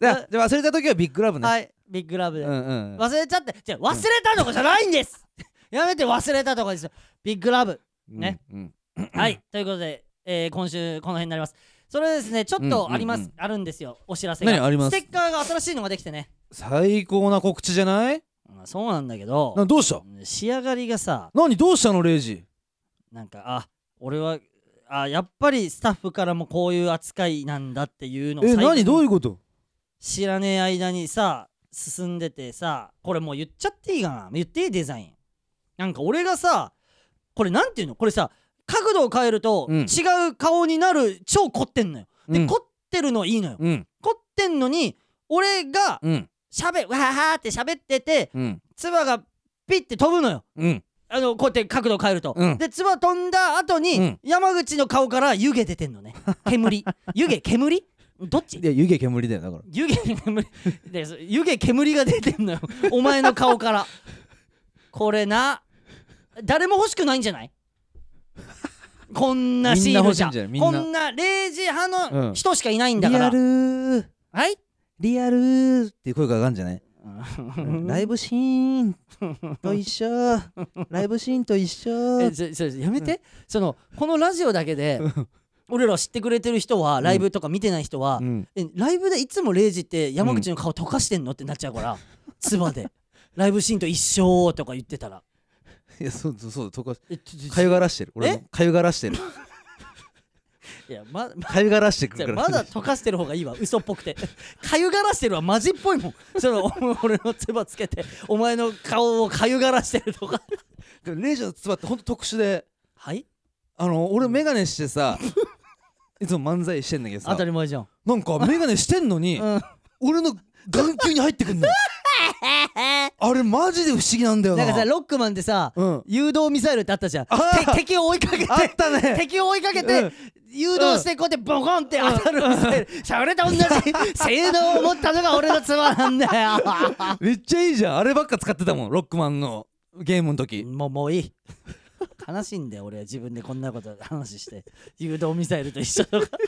らじゃあ忘れた時はビッグラブ
ら、
ね
はいビッグラブ
う
で、
んうん
忘れちゃってじゃあ忘れたとかじゃないんですやめて忘れたとかですよビッグラ ブね
うん
はい、ということで、えー今週この辺になります。それでですね、ちょっとあります、
うんうん
あるんですよ、お知らせが。
何あります
ステッカーが新しいのができてね。
最高な告知じゃない
まあそうなんだけど
な、どうした
仕上がりがさ、
何どうしたのレイジ
なんか、あ、俺は、あ、やっぱりスタッフからもこういう扱いなんだっていうのを
え
最近
何どういうこと
知らねえ間にさ、進んでてさ、これもう言っちゃっていいかな言っていいデザイン。なんか俺がさ、これなんていうのこれさ、角度を変えると
うん
違う顔になる超凝ってんのよ。
う
で、
ん
凝ってるのはいいのよ。
うん
凝ってんのに俺が
うん
しゃべわはーって喋ってて
うん
ツバがピッて飛ぶのよ
うん
あのこうやって角度変えると、
うん
でツバ飛んだ後に、
うん
山口の顔から湯気出てんのね煙湯気煙どっち
いや湯気煙だよだから
湯気煙でそ湯気煙が出てんのよお前の顔からこれな誰も欲しくないんじゃないこんなシールじゃ
みんな欲しいんじゃないみん
こ
なん
な0時派の人しかいないんだ
リ
か
ア
ら、
ルー
はい
リアルーっていう声が上がるんじゃないライブシー ンと一緒ライブシーンと一緒
えそそやめて、そのこのラジオだけで俺ら知ってくれてる人はライブとか見てない人は、
うん
えライブでいつも0時って山口の顔溶かしてんのってなっちゃう から唾、でライブシーンと一緒とか言ってたら
いやそうそうそうとか
えちょちょ
かゆがらしてる俺もかゆがらしてる
いやまま
かゆがらしてく
じゃ
る
あ
から
まだ溶かしてる方がいいわ嘘っぽくて かゆがらしてるはマジっぽいもんその お俺のつばつけてお前の顔をかゆがらしてるとか
で もレイジのつばってほんと特殊で
はい
あの俺メガネしてさいつも漫才してんだけど
当
さ
たり前じゃん
なんかメガネしてんのに、
うん
俺の眼球に入ってくんのあれマジで不思議なんだよ
な
なん
かさロックマンでさ、
うん
誘導ミサイルってあったじゃん
あー
て敵を追いかけて
あったね
敵を追いかけ
う
て
ん
誘導してこうやってボコンって当たるミサイルそれと 同じ性能を持ったのが俺の妻なんだよ
めっちゃいいじゃんあればっか使ってたもんロックマンのゲームの時
もうもういい悲しいんだよ俺は自分でこんなこと話して 誘導ミサイルと一緒とか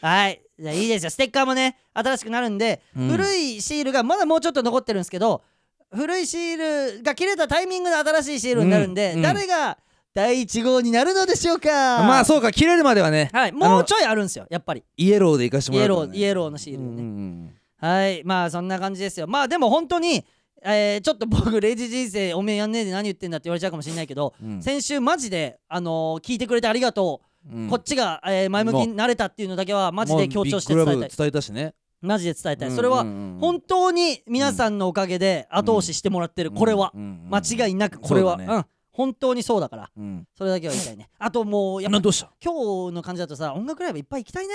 はいじゃあいいですよステッカーもね新しくなるんで、
うん
古いシールがまだもうちょっと残ってるんですけど古いシールが切れたタイミングで新しいシールになるんで、
うんうん
誰が第1号になるのでしょうか
まあそうか切れるまではね
はい、
あ
もう
の
ちょいあるんですよやっぱり
イエローで行かして
イ
もら
エ
う
ロ
から
ー、
ね
イエローのシールでね、
うんうん
はいまあそんな感じですよまあでも本当にえーちょっと僕レイジ人生おめえやんねえで何言ってんだって言われちゃうかもしれないけど、
うん
先週マジであのー聞いてくれてありがと
う
う、
ん
こっちが、えー前向きになれたっていうのだけはマジで強調して伝え
もう
た
ビッグラ
い
ブ伝えたしね
マジで伝えたい、それは本当に皆さんのおかげで後押ししてもらってる、これは、間違
い
いなくこれはう,、
そうだね
ん本当にそうだから
うん
それだけは言いたいねあともうやっぱ
などうした
今日の感じだとさ音楽ライブいっぱい行きたいね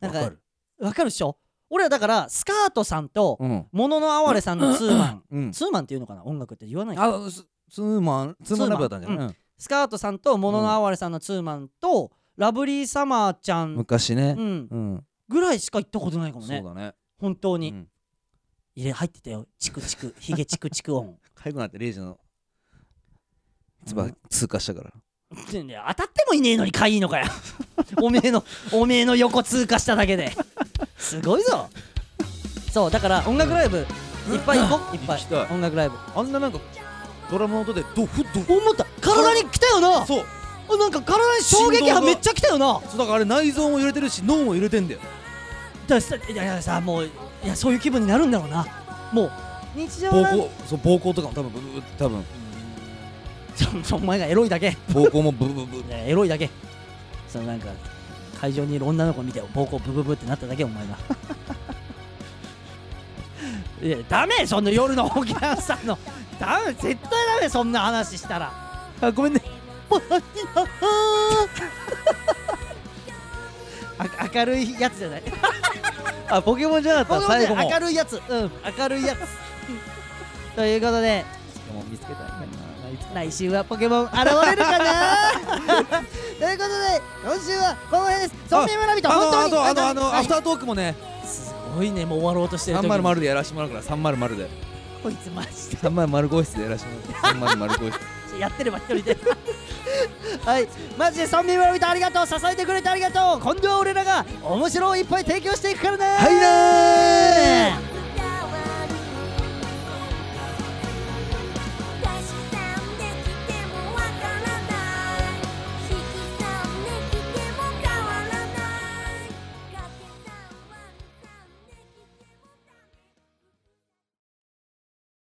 なん
わ
か
る
わかるっしょ俺はだからスカートさんと
うん
もののあわれさんのツーマン
うん
ツーマンっていうのかな音楽って言わないか
あツツーマンツーマンライブだったんじゃないうん
スカートさんともののあわれさんのツーマンとラブリーサマーちゃん
昔ね
うん
うん
ぐらいしか行ったことないかも
そ
ね
うだね
本当
う
に
ん
入れ入ってたよチクチクヒゲチクチク音
かゆくなってレイジのつば通過したから
いや当たってもいねえのにかいいのかよ おめえのおめえの横通過しただけですごいぞそうだから音楽ライブいっぱい行こういっぱい
行きたい
音楽ライブ
あんななんかドラムの音でドフドフ
思った体に来たよな
そう
あなんか体に衝撃
振動
波
が
めっちゃ来たよな
そうだからあれ内臓も揺れてるし脳も揺れてんだよ
ださいやいやさもういやそういう気分になるんだろうなもう日常
膀
な
胱そう膀胱とかも多分ブブブ多分
ちょちょお前がエロいだけ
膀胱もブブブブ
いやエロいだけそのなんか会場にいる女の子見て膀胱ブブブってなっただけお前が いやダメその夜のお客さんのダメ絶対ダメそんな話したら
あごめんね
あ明るいやつじゃない
あポケモンじゃなかった最後も
明るいやつうん明るいやつ ということで
もう見つけたらいいな
来週はポケモン現れるかな ということで今週はこの辺です
あ
村人
あの
本当
あ
に
のあのあの
はい
アフタートークもね
すごいねもう終わろうとしてる時に
300でやらしてもらうから300で
こいつマジ
300号室でやらして もらう300号室
でやってれば一人で はいマジで村民村人ありがとう支えてくれてありがとう今度は俺らが面白をいっぱい提供していくからね
はいなー
ね